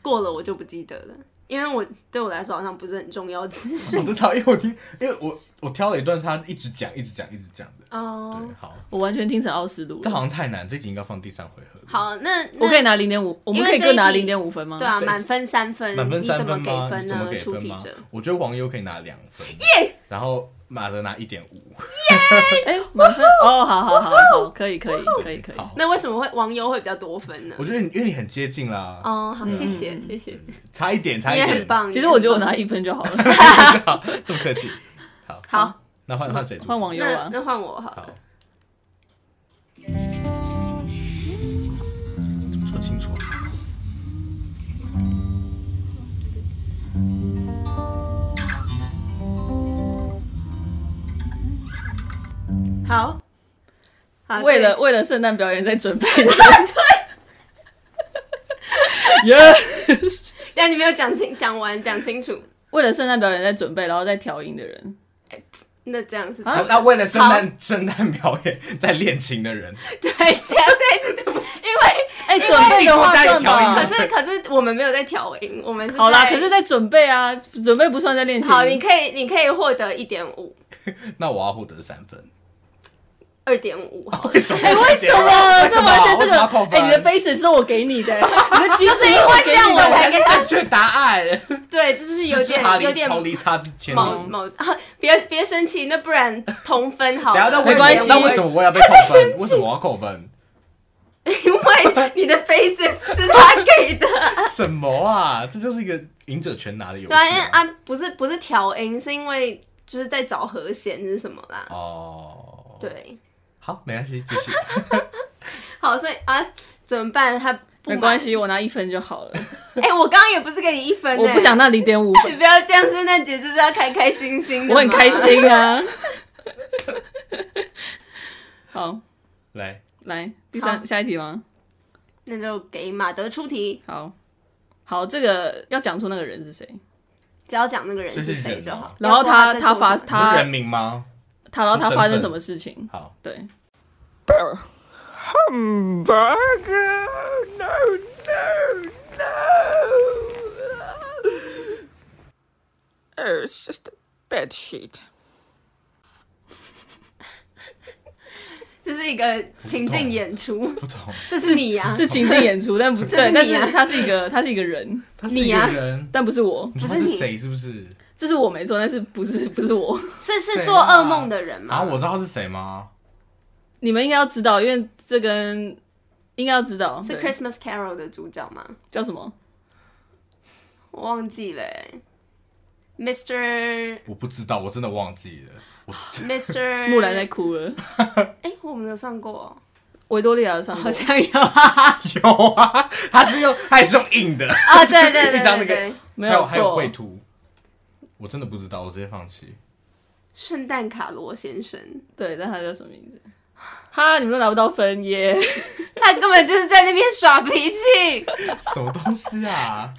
[SPEAKER 1] 过了我就不记得了，因为我对我来说好像不是很重要的资
[SPEAKER 3] 我
[SPEAKER 1] 讯
[SPEAKER 3] 知道，因为我听，因为我我挑了一段是他一直讲、一直讲、一直讲的。
[SPEAKER 1] 哦。
[SPEAKER 3] 对，好，
[SPEAKER 2] 我完全听成奥斯陆
[SPEAKER 3] 这
[SPEAKER 2] 了。
[SPEAKER 3] 好像太难，这集应该放第三回合。，
[SPEAKER 1] 好，那
[SPEAKER 2] 我可以
[SPEAKER 1] 那
[SPEAKER 2] 拿零点五，我们
[SPEAKER 1] 因为
[SPEAKER 2] 可以各拿
[SPEAKER 1] 这一
[SPEAKER 2] 零
[SPEAKER 1] 题
[SPEAKER 2] 点五分吗？
[SPEAKER 1] 对啊，
[SPEAKER 3] 这
[SPEAKER 1] 满分三分，
[SPEAKER 3] 满分
[SPEAKER 1] 你
[SPEAKER 3] 三
[SPEAKER 1] 怎
[SPEAKER 3] 分
[SPEAKER 1] 么
[SPEAKER 3] 吗？
[SPEAKER 1] 给分
[SPEAKER 3] 你怎么
[SPEAKER 1] 呢？
[SPEAKER 3] 给
[SPEAKER 1] 出
[SPEAKER 3] 分
[SPEAKER 1] 题
[SPEAKER 3] 吗哦
[SPEAKER 1] 者，？
[SPEAKER 3] 我觉得网友可以拿两分，耶！然后马德拿一点五，
[SPEAKER 1] 啊
[SPEAKER 2] 哎，满分哦，好好好好，可以可以可以可以。
[SPEAKER 3] 好，
[SPEAKER 1] 那为什么会网友会比较多分呢
[SPEAKER 3] 我？觉得你因为你很接近啦，
[SPEAKER 1] 哦，好，谢谢谢谢，
[SPEAKER 3] 差一点，差
[SPEAKER 1] 你
[SPEAKER 3] 一
[SPEAKER 1] 也
[SPEAKER 3] 点
[SPEAKER 1] 很，
[SPEAKER 3] [LAUGHS]
[SPEAKER 1] 棒。
[SPEAKER 2] 其
[SPEAKER 1] 你
[SPEAKER 2] 实
[SPEAKER 1] 也很
[SPEAKER 2] 我觉得我
[SPEAKER 1] 棒
[SPEAKER 2] 拿一分就好了，
[SPEAKER 3] 这么客气。好，
[SPEAKER 1] 好，
[SPEAKER 3] 那换换谁？
[SPEAKER 2] 换网友
[SPEAKER 1] 那
[SPEAKER 2] 啊。
[SPEAKER 1] 那换我好了
[SPEAKER 3] 好。。怎么这么清楚啊？
[SPEAKER 1] 好，好
[SPEAKER 2] 为了
[SPEAKER 1] 这
[SPEAKER 2] 为了圣诞表演在准备。
[SPEAKER 1] [LAUGHS]
[SPEAKER 2] [LAUGHS] 对。Yes。
[SPEAKER 1] 但你没有讲清讲完讲清楚， [LAUGHS]
[SPEAKER 2] 为了圣诞表演在准备，然后再调音的人，
[SPEAKER 1] 那这样是
[SPEAKER 2] 啊
[SPEAKER 3] 那为了圣诞圣诞表演在练琴的人，
[SPEAKER 1] 对，这样这样是对不起，因
[SPEAKER 2] 哎、
[SPEAKER 1] 为
[SPEAKER 2] 准备的话
[SPEAKER 3] 自己在
[SPEAKER 2] 算
[SPEAKER 3] 调音
[SPEAKER 2] 吧
[SPEAKER 1] 为可。是可是我们没有在调音，我们是
[SPEAKER 2] 啊好啦，
[SPEAKER 1] 在
[SPEAKER 2] 可是在准备啊，准备不算在练琴。
[SPEAKER 1] 好，你可以你可以获得一点五，
[SPEAKER 3] 那我要获得三
[SPEAKER 1] [LAUGHS]
[SPEAKER 3] 分。
[SPEAKER 1] 二点五，
[SPEAKER 3] 为什么？
[SPEAKER 2] 哎、为什
[SPEAKER 3] 啊
[SPEAKER 2] 么？这完全这个
[SPEAKER 3] 为什么要扣，分
[SPEAKER 2] 哎、你的 basis 是我给你的、
[SPEAKER 1] [LAUGHS]
[SPEAKER 2] 你的基础
[SPEAKER 1] 就是因为这样我才跟他
[SPEAKER 3] 正确答案，
[SPEAKER 1] 对，就是有
[SPEAKER 3] 是哈
[SPEAKER 1] 点
[SPEAKER 3] 利
[SPEAKER 1] 有点
[SPEAKER 3] 逃离差之前。
[SPEAKER 1] 某
[SPEAKER 3] 等
[SPEAKER 1] 某， [LAUGHS] 啊别别生气，那不然同分好
[SPEAKER 3] 一下，那
[SPEAKER 1] 了，
[SPEAKER 3] 为
[SPEAKER 2] 没关系
[SPEAKER 3] 那为什么我要被扣分？为什么我要扣分？
[SPEAKER 1] 因为你的 faces 是他给的。
[SPEAKER 3] 什么啊？这就是一个赢者全拿的游戏
[SPEAKER 1] 对啊，因为啊，不是不是调音，是因为就是在找和弦是什么啦。
[SPEAKER 3] 哦，，
[SPEAKER 1] 对，
[SPEAKER 3] 好，没关系，继续。
[SPEAKER 1] 好，所以啊，怎么办？他不
[SPEAKER 2] 没
[SPEAKER 1] 满
[SPEAKER 2] 关。系，我拿一分就好了。
[SPEAKER 1] 哎、我刚刚也不是给你一分、欸，
[SPEAKER 2] 我不想。那零点五
[SPEAKER 1] [LAUGHS] 你
[SPEAKER 2] 分，
[SPEAKER 1] 不要这样，圣诞节就是要开开心心的。
[SPEAKER 2] 我很开。心
[SPEAKER 1] [LAUGHS]
[SPEAKER 2] 啊。好，
[SPEAKER 1] [LAUGHS]
[SPEAKER 3] 来，
[SPEAKER 2] 来第三
[SPEAKER 1] 好
[SPEAKER 2] 下一题吗？
[SPEAKER 1] 那就给马德出题，
[SPEAKER 2] 好，好，这个要讲出那个人是谁，
[SPEAKER 1] 只要讲那个人
[SPEAKER 3] 这
[SPEAKER 1] 是
[SPEAKER 3] 是
[SPEAKER 1] 谁
[SPEAKER 3] 人
[SPEAKER 1] 就
[SPEAKER 3] 吗
[SPEAKER 1] 好。
[SPEAKER 2] 然后
[SPEAKER 1] 他
[SPEAKER 2] 他他发
[SPEAKER 3] 这
[SPEAKER 1] 啊
[SPEAKER 2] 他
[SPEAKER 3] 是人名吗？
[SPEAKER 2] 他然后他发生
[SPEAKER 3] 身份
[SPEAKER 2] 什么事情？
[SPEAKER 3] 好，
[SPEAKER 2] 对，Oh,
[SPEAKER 6] It's just a bed sheet.
[SPEAKER 1] 这是一个情境演
[SPEAKER 2] [LAUGHS]
[SPEAKER 1] 出，
[SPEAKER 3] 不懂，
[SPEAKER 1] 这是你呀、
[SPEAKER 2] 是情境演出，但不
[SPEAKER 1] 这是
[SPEAKER 2] 对，但
[SPEAKER 1] 你
[SPEAKER 2] 是
[SPEAKER 1] 啊
[SPEAKER 2] 他是一个他是一个人，
[SPEAKER 3] 他是
[SPEAKER 1] 你
[SPEAKER 3] 一个
[SPEAKER 1] 呀
[SPEAKER 3] 人，
[SPEAKER 2] 但不是我，
[SPEAKER 3] 你说
[SPEAKER 1] 不
[SPEAKER 3] 他
[SPEAKER 1] 是
[SPEAKER 3] 是
[SPEAKER 1] 你
[SPEAKER 3] 谁？是不是？
[SPEAKER 2] 这是我没错，但是不是不是我，
[SPEAKER 1] 是是
[SPEAKER 3] 谁
[SPEAKER 1] 做
[SPEAKER 3] 啊
[SPEAKER 1] 噩梦的人吗？
[SPEAKER 3] 啊，我知道是谁吗？
[SPEAKER 2] 你们应该要知道，因为这跟应该要知道
[SPEAKER 1] 是
[SPEAKER 2] 对
[SPEAKER 1] Christmas Carol 的主角吗？
[SPEAKER 2] 叫什么？
[SPEAKER 1] 我忘记了、欸、，Mr.
[SPEAKER 3] 我不知道，我真的忘记了。
[SPEAKER 1] Mr.
[SPEAKER 2] [LAUGHS] 木兰在哭了，
[SPEAKER 1] 哎、我们有上过哦、
[SPEAKER 2] 维多利亚上过
[SPEAKER 1] 好像 [LAUGHS] 有啊，
[SPEAKER 3] 有啊，他是用，他也是用硬的。
[SPEAKER 1] 啊，对对
[SPEAKER 3] [LAUGHS]
[SPEAKER 1] 对
[SPEAKER 3] 就像
[SPEAKER 1] 对
[SPEAKER 3] 那个
[SPEAKER 1] 对，
[SPEAKER 2] 没
[SPEAKER 3] 还有还有
[SPEAKER 2] 错
[SPEAKER 3] 绘，图，我真的不知道，我直接放弃。
[SPEAKER 1] 圣诞卡罗先生，
[SPEAKER 2] 对，但他叫什么名字？哈，你们都拿不到分耶！
[SPEAKER 1] 他根本就是在那边耍脾气，
[SPEAKER 3] 什么东西啊？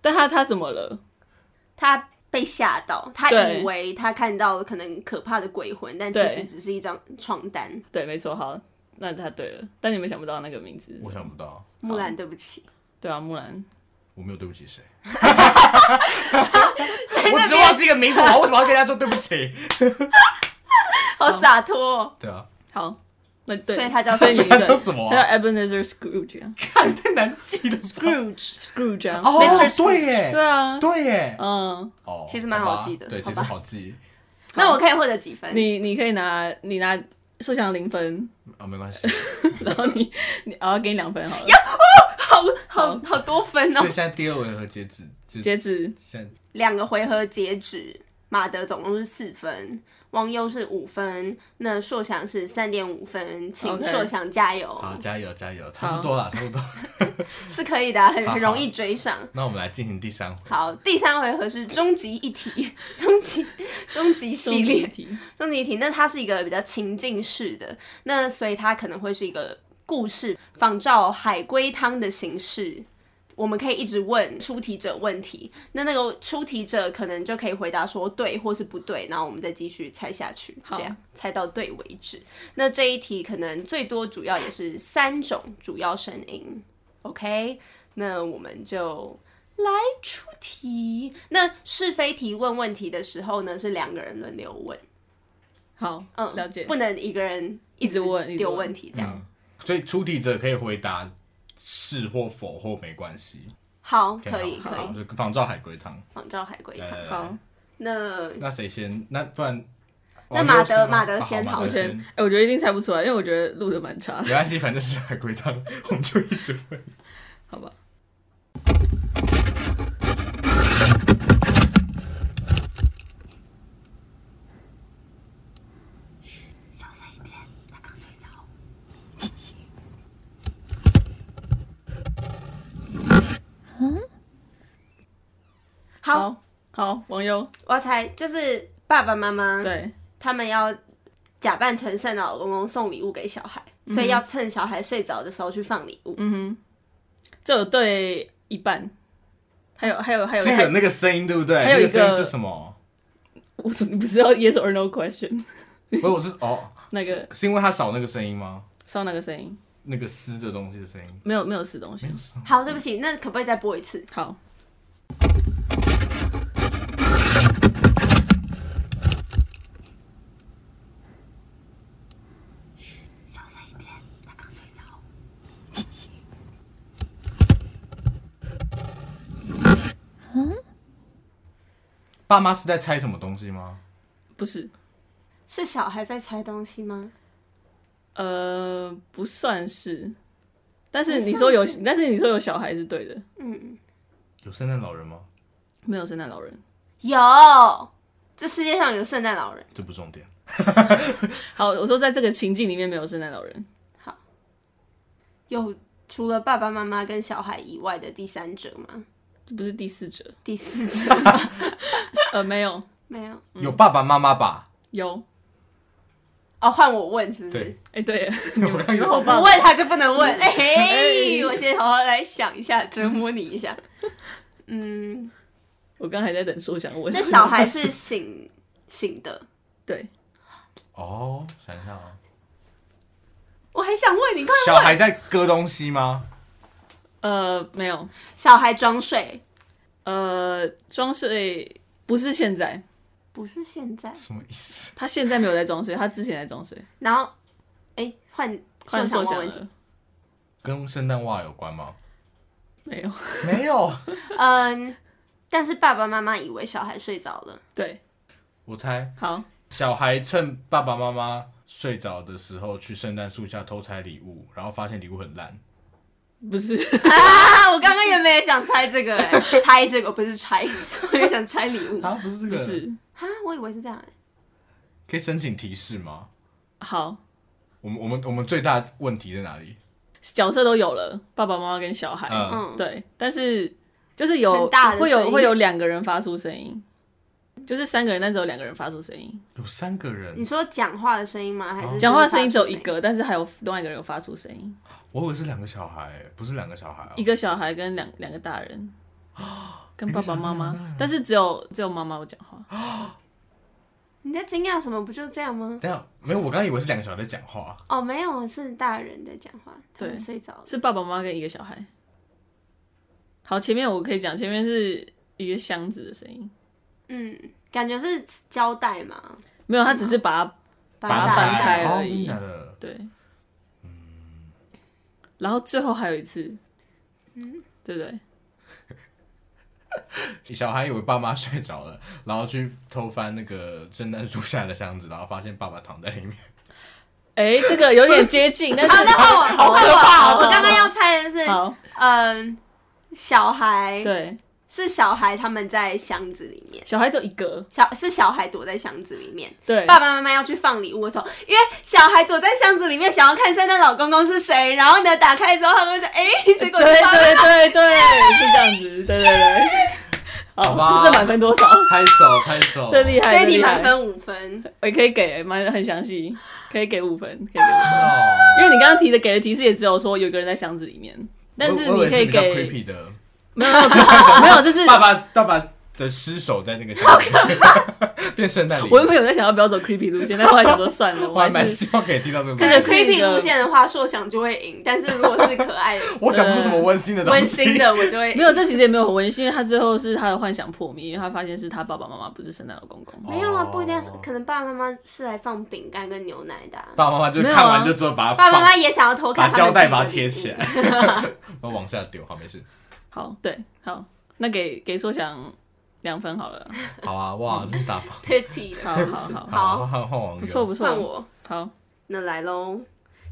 [SPEAKER 2] 但他他怎么了？
[SPEAKER 1] [LAUGHS] 他被吓到，他
[SPEAKER 2] 对
[SPEAKER 1] 以为他看到可能可怕的鬼魂，但其
[SPEAKER 2] 对
[SPEAKER 1] 实只是一张床单。
[SPEAKER 2] 对，没错，好，那他对了，但你们想不到那个名字是什
[SPEAKER 3] 我
[SPEAKER 2] 么，
[SPEAKER 3] 想不到，
[SPEAKER 1] 木兰，对不起，
[SPEAKER 2] 对啊，木兰，
[SPEAKER 3] 我没有对不起谁。哦我只是忘记一个名字，我为什么要跟人家说对不起？
[SPEAKER 1] 好洒脱哦、
[SPEAKER 3] [LAUGHS] 对啊，
[SPEAKER 2] 好，那对，
[SPEAKER 1] 所以他叫
[SPEAKER 2] 所以你
[SPEAKER 1] 什
[SPEAKER 3] 他叫什么
[SPEAKER 2] 他
[SPEAKER 3] 啊？
[SPEAKER 2] 叫 Ebenezer Scrooge 啊
[SPEAKER 3] 看太难记了。
[SPEAKER 1] Scrooge，
[SPEAKER 2] ，Scrooge 啊，
[SPEAKER 3] 哦
[SPEAKER 1] Mr.
[SPEAKER 3] 对耶，
[SPEAKER 2] 对啊，
[SPEAKER 3] 对耶，
[SPEAKER 2] 嗯，
[SPEAKER 3] 哦，
[SPEAKER 1] 其实蛮
[SPEAKER 3] 好
[SPEAKER 1] 好
[SPEAKER 3] 吧
[SPEAKER 1] 记的
[SPEAKER 3] 对，
[SPEAKER 1] 好
[SPEAKER 3] 其实
[SPEAKER 1] 吧
[SPEAKER 3] 好记
[SPEAKER 1] 那我可以获得几分？
[SPEAKER 2] 你你可以拿你拿受奖零分，
[SPEAKER 3] 啊，没关
[SPEAKER 1] [LAUGHS]
[SPEAKER 3] 系。
[SPEAKER 2] 然后你你啊给你两分好了，
[SPEAKER 1] 好好好多分哦
[SPEAKER 3] 所以！现在第二回合截止，就
[SPEAKER 2] 截止
[SPEAKER 3] 现在
[SPEAKER 1] 两个回合截止，马德总共是四分，汪优是五分，那硕翔是三点五分，请
[SPEAKER 2] OK
[SPEAKER 1] 硕翔加油
[SPEAKER 3] 好，啊加油加油，差不多了，差不多。 [LAUGHS]
[SPEAKER 1] 是可以的啊、很
[SPEAKER 3] 好
[SPEAKER 1] 很容易追上。
[SPEAKER 3] 那我们来进行第三回，
[SPEAKER 1] 好，第三回合是终极一题， [LAUGHS] 终极终极系列
[SPEAKER 2] 终，极题
[SPEAKER 1] 终极一题。那它是一个比较情境式的，那所以它可能会是一个故事，仿照海龟汤的形式。我们可以一直问出题者问题，那那个出题者可能就可以回答说对或是不对，然后我们再继续猜下去，这
[SPEAKER 2] 好
[SPEAKER 1] 样猜到对为止。那这一题可能最多主要也是三种主要声音，OK？那我们就来出题。那是非题问问题的时候呢，是两个人轮流问，
[SPEAKER 2] 好，
[SPEAKER 1] 嗯，
[SPEAKER 2] 了解，
[SPEAKER 1] 不能一个人
[SPEAKER 2] 一直问一直
[SPEAKER 1] 丢
[SPEAKER 2] 问
[SPEAKER 1] 问题这样。
[SPEAKER 3] 嗯所以出题者可以回答是或否或没关系。
[SPEAKER 1] 好，
[SPEAKER 3] OK，
[SPEAKER 1] 可以
[SPEAKER 3] 好
[SPEAKER 1] 可
[SPEAKER 3] 好
[SPEAKER 1] 以，
[SPEAKER 3] 就仿照海龟汤。
[SPEAKER 1] 仿照海龟
[SPEAKER 3] 来
[SPEAKER 1] 汤。
[SPEAKER 3] 来来，
[SPEAKER 2] 好，
[SPEAKER 1] 那
[SPEAKER 3] 那谁先？那不然
[SPEAKER 1] 那马德
[SPEAKER 3] 王优先吗
[SPEAKER 1] 马德
[SPEAKER 3] 啊
[SPEAKER 1] 先
[SPEAKER 3] 好
[SPEAKER 1] 好
[SPEAKER 3] 马
[SPEAKER 2] 我
[SPEAKER 3] 德
[SPEAKER 2] 先
[SPEAKER 3] 先。，
[SPEAKER 2] 哎，我觉得一定猜不出来，因为我觉得录的蛮差
[SPEAKER 3] 没
[SPEAKER 2] 的，
[SPEAKER 3] 关系，反正是海龟汤， [LAUGHS] 我们就一直问。
[SPEAKER 2] 好吧，
[SPEAKER 5] 小声一点，他刚睡着。
[SPEAKER 1] 好，
[SPEAKER 2] 好好，网友
[SPEAKER 1] 我要猜就是爸爸妈妈
[SPEAKER 2] 对，
[SPEAKER 1] 他们要假扮成圣诞老公公送礼物给小孩，所以要趁小孩睡着的时候去放礼物。
[SPEAKER 2] 嗯哼，这有对一半，还有还有还有
[SPEAKER 3] 是有
[SPEAKER 2] 还
[SPEAKER 3] 那个声音，对不对？
[SPEAKER 2] 还有一
[SPEAKER 3] 那个
[SPEAKER 2] 个
[SPEAKER 3] 声音是什么？
[SPEAKER 2] 我怎么不知道 yes or no question
[SPEAKER 3] 不是，我是哦，
[SPEAKER 2] 那个
[SPEAKER 3] 是因为他少那个声音吗？
[SPEAKER 2] 烧那个声音？
[SPEAKER 3] 那个撕的东西的声音。
[SPEAKER 2] 没有没有死东西，
[SPEAKER 1] 好，对不起，那可不可以再播一次？
[SPEAKER 2] 好，
[SPEAKER 5] 小声一点，他刚睡着。
[SPEAKER 3] 爸妈是在猜什么东西吗？
[SPEAKER 2] 不是，
[SPEAKER 1] 是小孩在拆东西吗？
[SPEAKER 2] 呃，不算是，但是你
[SPEAKER 1] 不算
[SPEAKER 2] 说有
[SPEAKER 1] 是，
[SPEAKER 2] 但是你说有小孩是对的，
[SPEAKER 1] 嗯
[SPEAKER 3] 有圣诞老人吗？
[SPEAKER 2] 没有圣诞老人。
[SPEAKER 1] 有，这世界上有圣诞老人。
[SPEAKER 3] 这不重点。
[SPEAKER 2] 好，我说在这个情境里面没有圣诞老人，
[SPEAKER 1] 有除了爸爸妈妈跟小孩以外的第三者吗？
[SPEAKER 2] 这不是第四者，
[SPEAKER 1] 第四者
[SPEAKER 2] [LAUGHS] 呃，没有，
[SPEAKER 1] 没有。
[SPEAKER 3] 有爸爸妈妈吧？
[SPEAKER 2] 有，
[SPEAKER 1] 哦，换我问是不是
[SPEAKER 3] 对？，
[SPEAKER 2] 哎、
[SPEAKER 3] [LAUGHS]
[SPEAKER 2] 对，
[SPEAKER 3] 我刚有
[SPEAKER 1] 不问他就不能问。 [LAUGHS] 哎、嘿 [LAUGHS]
[SPEAKER 2] 哎
[SPEAKER 1] 我先好好来想一下，折磨你一下。 [LAUGHS] 嗯，
[SPEAKER 2] 我刚还在等说想问，
[SPEAKER 1] 那小孩是醒 [LAUGHS] 醒的，
[SPEAKER 2] [LAUGHS] 对，
[SPEAKER 3] 哦，想一下哦。
[SPEAKER 1] 我还想问你，快
[SPEAKER 3] 小孩在割东西吗？
[SPEAKER 2] 呃，没有，
[SPEAKER 1] 小孩装睡，
[SPEAKER 2] 呃，装睡不是现在，
[SPEAKER 1] 不是现在。
[SPEAKER 3] 什么意思？
[SPEAKER 2] 他现在没有在装睡，他之前在装睡，
[SPEAKER 1] 然后，哎，换
[SPEAKER 2] 换
[SPEAKER 1] 想
[SPEAKER 2] 说
[SPEAKER 1] 问
[SPEAKER 2] 想
[SPEAKER 1] 问题。
[SPEAKER 2] 了，
[SPEAKER 3] 跟圣诞袜有关吗？
[SPEAKER 2] 没有，
[SPEAKER 3] 没有，
[SPEAKER 1] 嗯，但是爸爸妈妈以为小孩睡着了，
[SPEAKER 2] 对，
[SPEAKER 3] 我猜
[SPEAKER 2] 好，
[SPEAKER 3] 小孩趁爸爸妈妈睡着的时候去圣诞树下偷拆礼物，然后发现礼物很烂。
[SPEAKER 2] 不是，
[SPEAKER 1] 啊，我刚刚原本也想拆这个、 [LAUGHS] 欸，拆这个不是拆， [LAUGHS] 我也想拆礼物啊，
[SPEAKER 3] 啊，不是这
[SPEAKER 2] 不
[SPEAKER 3] 个，
[SPEAKER 2] 是，
[SPEAKER 1] 我以为是这样、欸，
[SPEAKER 3] 可以申请提示吗？
[SPEAKER 2] 好，
[SPEAKER 3] 我们我们我们最大问题在哪里？
[SPEAKER 2] 角色都有了，爸爸妈妈跟小孩，
[SPEAKER 3] 嗯，
[SPEAKER 1] 嗯，
[SPEAKER 2] 对，但是就是有
[SPEAKER 1] 很大的
[SPEAKER 2] 会
[SPEAKER 1] 声
[SPEAKER 2] 有
[SPEAKER 1] 音
[SPEAKER 2] 会有两个人发出声音，就是三个人，但只有两个人发出声音。
[SPEAKER 3] 有三个
[SPEAKER 1] 你
[SPEAKER 3] 人，
[SPEAKER 1] 说讲话的声音吗？还是
[SPEAKER 2] 讲话的声音
[SPEAKER 1] 就是
[SPEAKER 2] 只有
[SPEAKER 1] 发出
[SPEAKER 2] 一个，但是还有另外一个人有发出声音，
[SPEAKER 3] 我以为是两个小孩，不是两个小孩、哦。
[SPEAKER 2] 一个小孩跟两两个大人，跟爸爸妈妈，但是只有只有妈妈有讲话。
[SPEAKER 1] 你在惊讶什么？不就这样吗？
[SPEAKER 3] 等一下没有，我刚刚以为是两个小孩在讲话。
[SPEAKER 1] 哦，没有，是大人在讲话，他们
[SPEAKER 2] 对
[SPEAKER 1] 睡着了。
[SPEAKER 2] 是爸爸妈妈跟一个小孩。好，前面我可以讲，前面是一个箱子的声音，
[SPEAKER 1] 嗯，感觉是胶带嘛，
[SPEAKER 2] 没有，他只是把它
[SPEAKER 1] 把
[SPEAKER 2] 它
[SPEAKER 1] 它
[SPEAKER 2] 掰
[SPEAKER 1] 掰
[SPEAKER 2] 开
[SPEAKER 1] 开。
[SPEAKER 2] 而
[SPEAKER 3] 哦，真
[SPEAKER 2] 已
[SPEAKER 3] 的假的？
[SPEAKER 2] 对然后最后还有一次，嗯，对不对？
[SPEAKER 3] 小孩以为爸妈睡着了，然后去偷翻那个圣诞树下的箱子，然后发现爸爸躺在里
[SPEAKER 2] [LAUGHS]
[SPEAKER 3] 面。
[SPEAKER 2] 哎，这个有点接近，但
[SPEAKER 1] 啊，那
[SPEAKER 2] 是
[SPEAKER 1] 换我， [LAUGHS] 好
[SPEAKER 2] 可怕
[SPEAKER 1] 我
[SPEAKER 2] 哦
[SPEAKER 1] 我刚刚要猜的是，
[SPEAKER 2] 好，
[SPEAKER 1] 嗯，小孩
[SPEAKER 2] 对，
[SPEAKER 1] 是小孩他们在箱子里面，
[SPEAKER 2] 小孩只有一个，
[SPEAKER 1] 小是小孩躲在箱子里面，
[SPEAKER 2] 对，
[SPEAKER 1] 爸爸妈妈要去放礼物的时候，因为小孩躲在箱子里面，想要看圣诞老公公是谁，然后呢，打开的时候他们就哎、结
[SPEAKER 2] 对
[SPEAKER 1] 果是他们
[SPEAKER 2] 对对对，是这样子，对对对。
[SPEAKER 3] 好吧哦
[SPEAKER 2] 好，这满分多少？
[SPEAKER 3] 拍手拍手，
[SPEAKER 2] 这厉害，
[SPEAKER 1] 这一题
[SPEAKER 2] 厉害
[SPEAKER 1] 满，分五分，
[SPEAKER 2] 我可以给，蛮很详细，可以给五分，可以给五分。
[SPEAKER 3] 哦
[SPEAKER 2] 因为你刚刚提的给的提示也只有说有一个人在箱子里面，但是
[SPEAKER 3] 我我以
[SPEAKER 2] 你
[SPEAKER 3] 为
[SPEAKER 2] 可以
[SPEAKER 3] 比较
[SPEAKER 2] 给
[SPEAKER 3] creepy 的，
[SPEAKER 2] 没有没有没有没有，这是
[SPEAKER 3] [LAUGHS] 爸爸爸爸的尸首在那个箱子里面，
[SPEAKER 2] [LAUGHS]
[SPEAKER 3] 变圣诞礼物
[SPEAKER 2] 我。原本有在想要不要走 creepy 路线，但后来想说算了，
[SPEAKER 3] 我还 [LAUGHS] 蛮
[SPEAKER 2] 是
[SPEAKER 3] 希望可以听到这个。
[SPEAKER 2] 这个是一
[SPEAKER 1] creepy
[SPEAKER 2] 个
[SPEAKER 1] 路线的话，硕想就会赢，但是如果是可
[SPEAKER 2] [LAUGHS]
[SPEAKER 1] 爱
[SPEAKER 3] 我想不出什么温馨 [LAUGHS] 的东西。
[SPEAKER 1] 温馨的，我就会
[SPEAKER 2] 没有，这其实也没有很温馨，因为他最后是他的幻想破灭，因为他发现是他爸爸妈妈不是圣诞老公公。
[SPEAKER 1] 没有啊，不一定要是
[SPEAKER 3] 哦，
[SPEAKER 1] 可能爸爸妈妈是来放饼干跟牛奶的啊、
[SPEAKER 3] 爸爸妈妈就
[SPEAKER 2] 没有啊
[SPEAKER 3] 看完就之后 [LAUGHS] 把它
[SPEAKER 1] 爸爸妈
[SPEAKER 3] 放
[SPEAKER 1] 妈也想要偷
[SPEAKER 3] 把
[SPEAKER 1] 看他
[SPEAKER 3] 胶
[SPEAKER 1] 们自己
[SPEAKER 3] 带
[SPEAKER 1] 的
[SPEAKER 3] 把它
[SPEAKER 1] 礼
[SPEAKER 3] 贴
[SPEAKER 1] 物
[SPEAKER 3] 起来，
[SPEAKER 1] [LAUGHS]
[SPEAKER 3] 我往下丢，好没事。
[SPEAKER 2] 好，对，好，那给给硕翔两分好了，
[SPEAKER 3] 好啊，哇，真大方。
[SPEAKER 1] Pretty 的
[SPEAKER 2] 好
[SPEAKER 1] 方
[SPEAKER 2] 好
[SPEAKER 1] 式
[SPEAKER 2] 好
[SPEAKER 1] 好，
[SPEAKER 3] 换换网
[SPEAKER 2] 不错不错，
[SPEAKER 1] 换我，
[SPEAKER 2] 好，
[SPEAKER 1] 那来喽。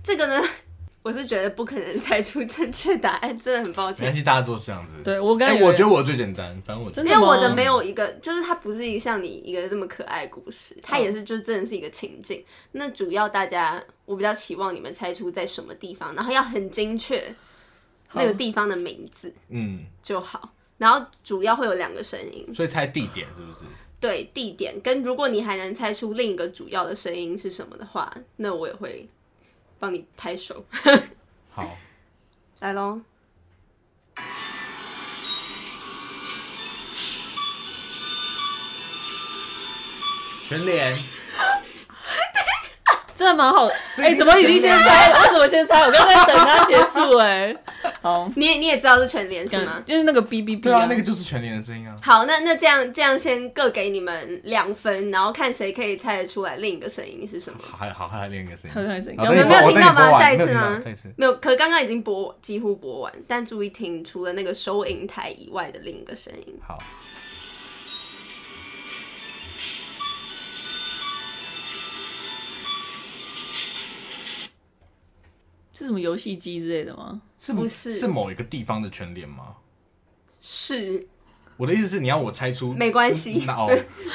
[SPEAKER 1] 这个呢， [LAUGHS] 我是觉得不可能猜出正确答案，真的很抱
[SPEAKER 3] 没
[SPEAKER 1] 歉
[SPEAKER 3] 关。系，大家都是这样子。
[SPEAKER 2] 对我刚
[SPEAKER 3] 哎，
[SPEAKER 2] 刚
[SPEAKER 3] 我觉得我最简单，反正我觉
[SPEAKER 2] 真
[SPEAKER 1] 因
[SPEAKER 2] 的
[SPEAKER 1] 为我
[SPEAKER 2] 吗
[SPEAKER 1] 的没有一个，就是它不是一个像你一个这么可爱的故事，它也是就真的是一个情境。那主要大家，我比较期望你们猜出在什么地方，然后要很精确那个地方的名字
[SPEAKER 3] 嗯，
[SPEAKER 1] 就好。然后主要会有两个声音，
[SPEAKER 3] 所以猜地点是不是？
[SPEAKER 1] 对地点跟如果你还能猜出另一个主要的声音是什么的话，那我也会帮你拍手。
[SPEAKER 3] 好，
[SPEAKER 1] 来喽，
[SPEAKER 3] 全脸。
[SPEAKER 2] 真的蛮好。哎、
[SPEAKER 3] 已经
[SPEAKER 2] 怎么已经先猜了？为什么先猜？我刚才等他结束哎、
[SPEAKER 3] [LAUGHS]
[SPEAKER 2] 好，
[SPEAKER 1] 你也你也知道是全联是吗？
[SPEAKER 2] 就是那个哔哔哔，
[SPEAKER 3] [LAUGHS] 对啊，那个就是全脸的声音啊。
[SPEAKER 1] 好，那那这样这样先各给你们两分，然后看谁可以猜得出来另一个声音是什么。
[SPEAKER 3] 好，还好，还有另一个声音。
[SPEAKER 2] 还有另一个声音
[SPEAKER 3] 好
[SPEAKER 2] 刚
[SPEAKER 3] 等你
[SPEAKER 2] 刚
[SPEAKER 3] 播
[SPEAKER 1] 没有听到吗
[SPEAKER 3] 我等
[SPEAKER 1] 再
[SPEAKER 3] 你
[SPEAKER 1] 一次
[SPEAKER 3] 播完没有听到
[SPEAKER 1] 吗
[SPEAKER 3] 再一次。
[SPEAKER 1] 没有，可刚刚已经播几乎播完，但注意听，除了那个收银台以外的另一个声音，
[SPEAKER 3] 好，
[SPEAKER 2] 是什么游戏机之类的吗？
[SPEAKER 3] 是
[SPEAKER 1] 不是
[SPEAKER 3] 是是某一个地方的全脸吗？
[SPEAKER 1] 是
[SPEAKER 3] 我的意思是，你要我猜出，
[SPEAKER 1] 没关系
[SPEAKER 3] 那
[SPEAKER 1] [LAUGHS]
[SPEAKER 3] 哦，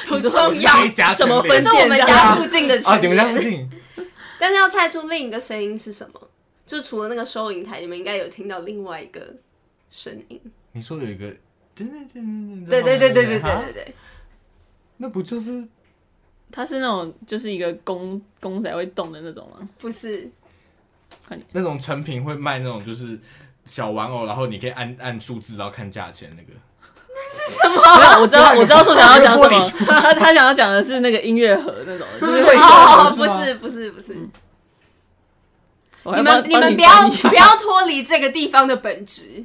[SPEAKER 1] 不重要，
[SPEAKER 3] 谁家
[SPEAKER 2] 什么
[SPEAKER 3] 全脸
[SPEAKER 2] 分
[SPEAKER 1] 是我们家附近的
[SPEAKER 3] 啊？
[SPEAKER 1] 全
[SPEAKER 3] 你们
[SPEAKER 1] 联。
[SPEAKER 3] 家附近？
[SPEAKER 1] 但是要猜出另一个声音是什么，就除了那个收银台，你们应该有听到另外一个声音。
[SPEAKER 3] 你说有一个，对
[SPEAKER 1] 对对对对对对对对，
[SPEAKER 3] 那不就是
[SPEAKER 2] 它是那种就是一个公公仔会动的那种吗？
[SPEAKER 1] 不是，
[SPEAKER 3] 那种成品会卖那种就是小玩偶，然后你可以按按数字，然后看价钱那个。
[SPEAKER 2] 没有，我知道
[SPEAKER 3] 对啊
[SPEAKER 2] 我知道硕翔要讲什
[SPEAKER 3] 有玻
[SPEAKER 2] 么
[SPEAKER 3] 璃，
[SPEAKER 2] 他他想要讲的是那个音乐盒那种的，就是
[SPEAKER 3] 对
[SPEAKER 2] 会
[SPEAKER 3] 对
[SPEAKER 1] 哦，不
[SPEAKER 3] 是嗯吗
[SPEAKER 1] 是不是不是，
[SPEAKER 2] 我
[SPEAKER 1] 你
[SPEAKER 2] 还帮
[SPEAKER 1] 们你
[SPEAKER 2] 帮
[SPEAKER 1] 们
[SPEAKER 2] 你
[SPEAKER 1] 不要
[SPEAKER 2] 翻译
[SPEAKER 1] 不要脱离这个地方的本质。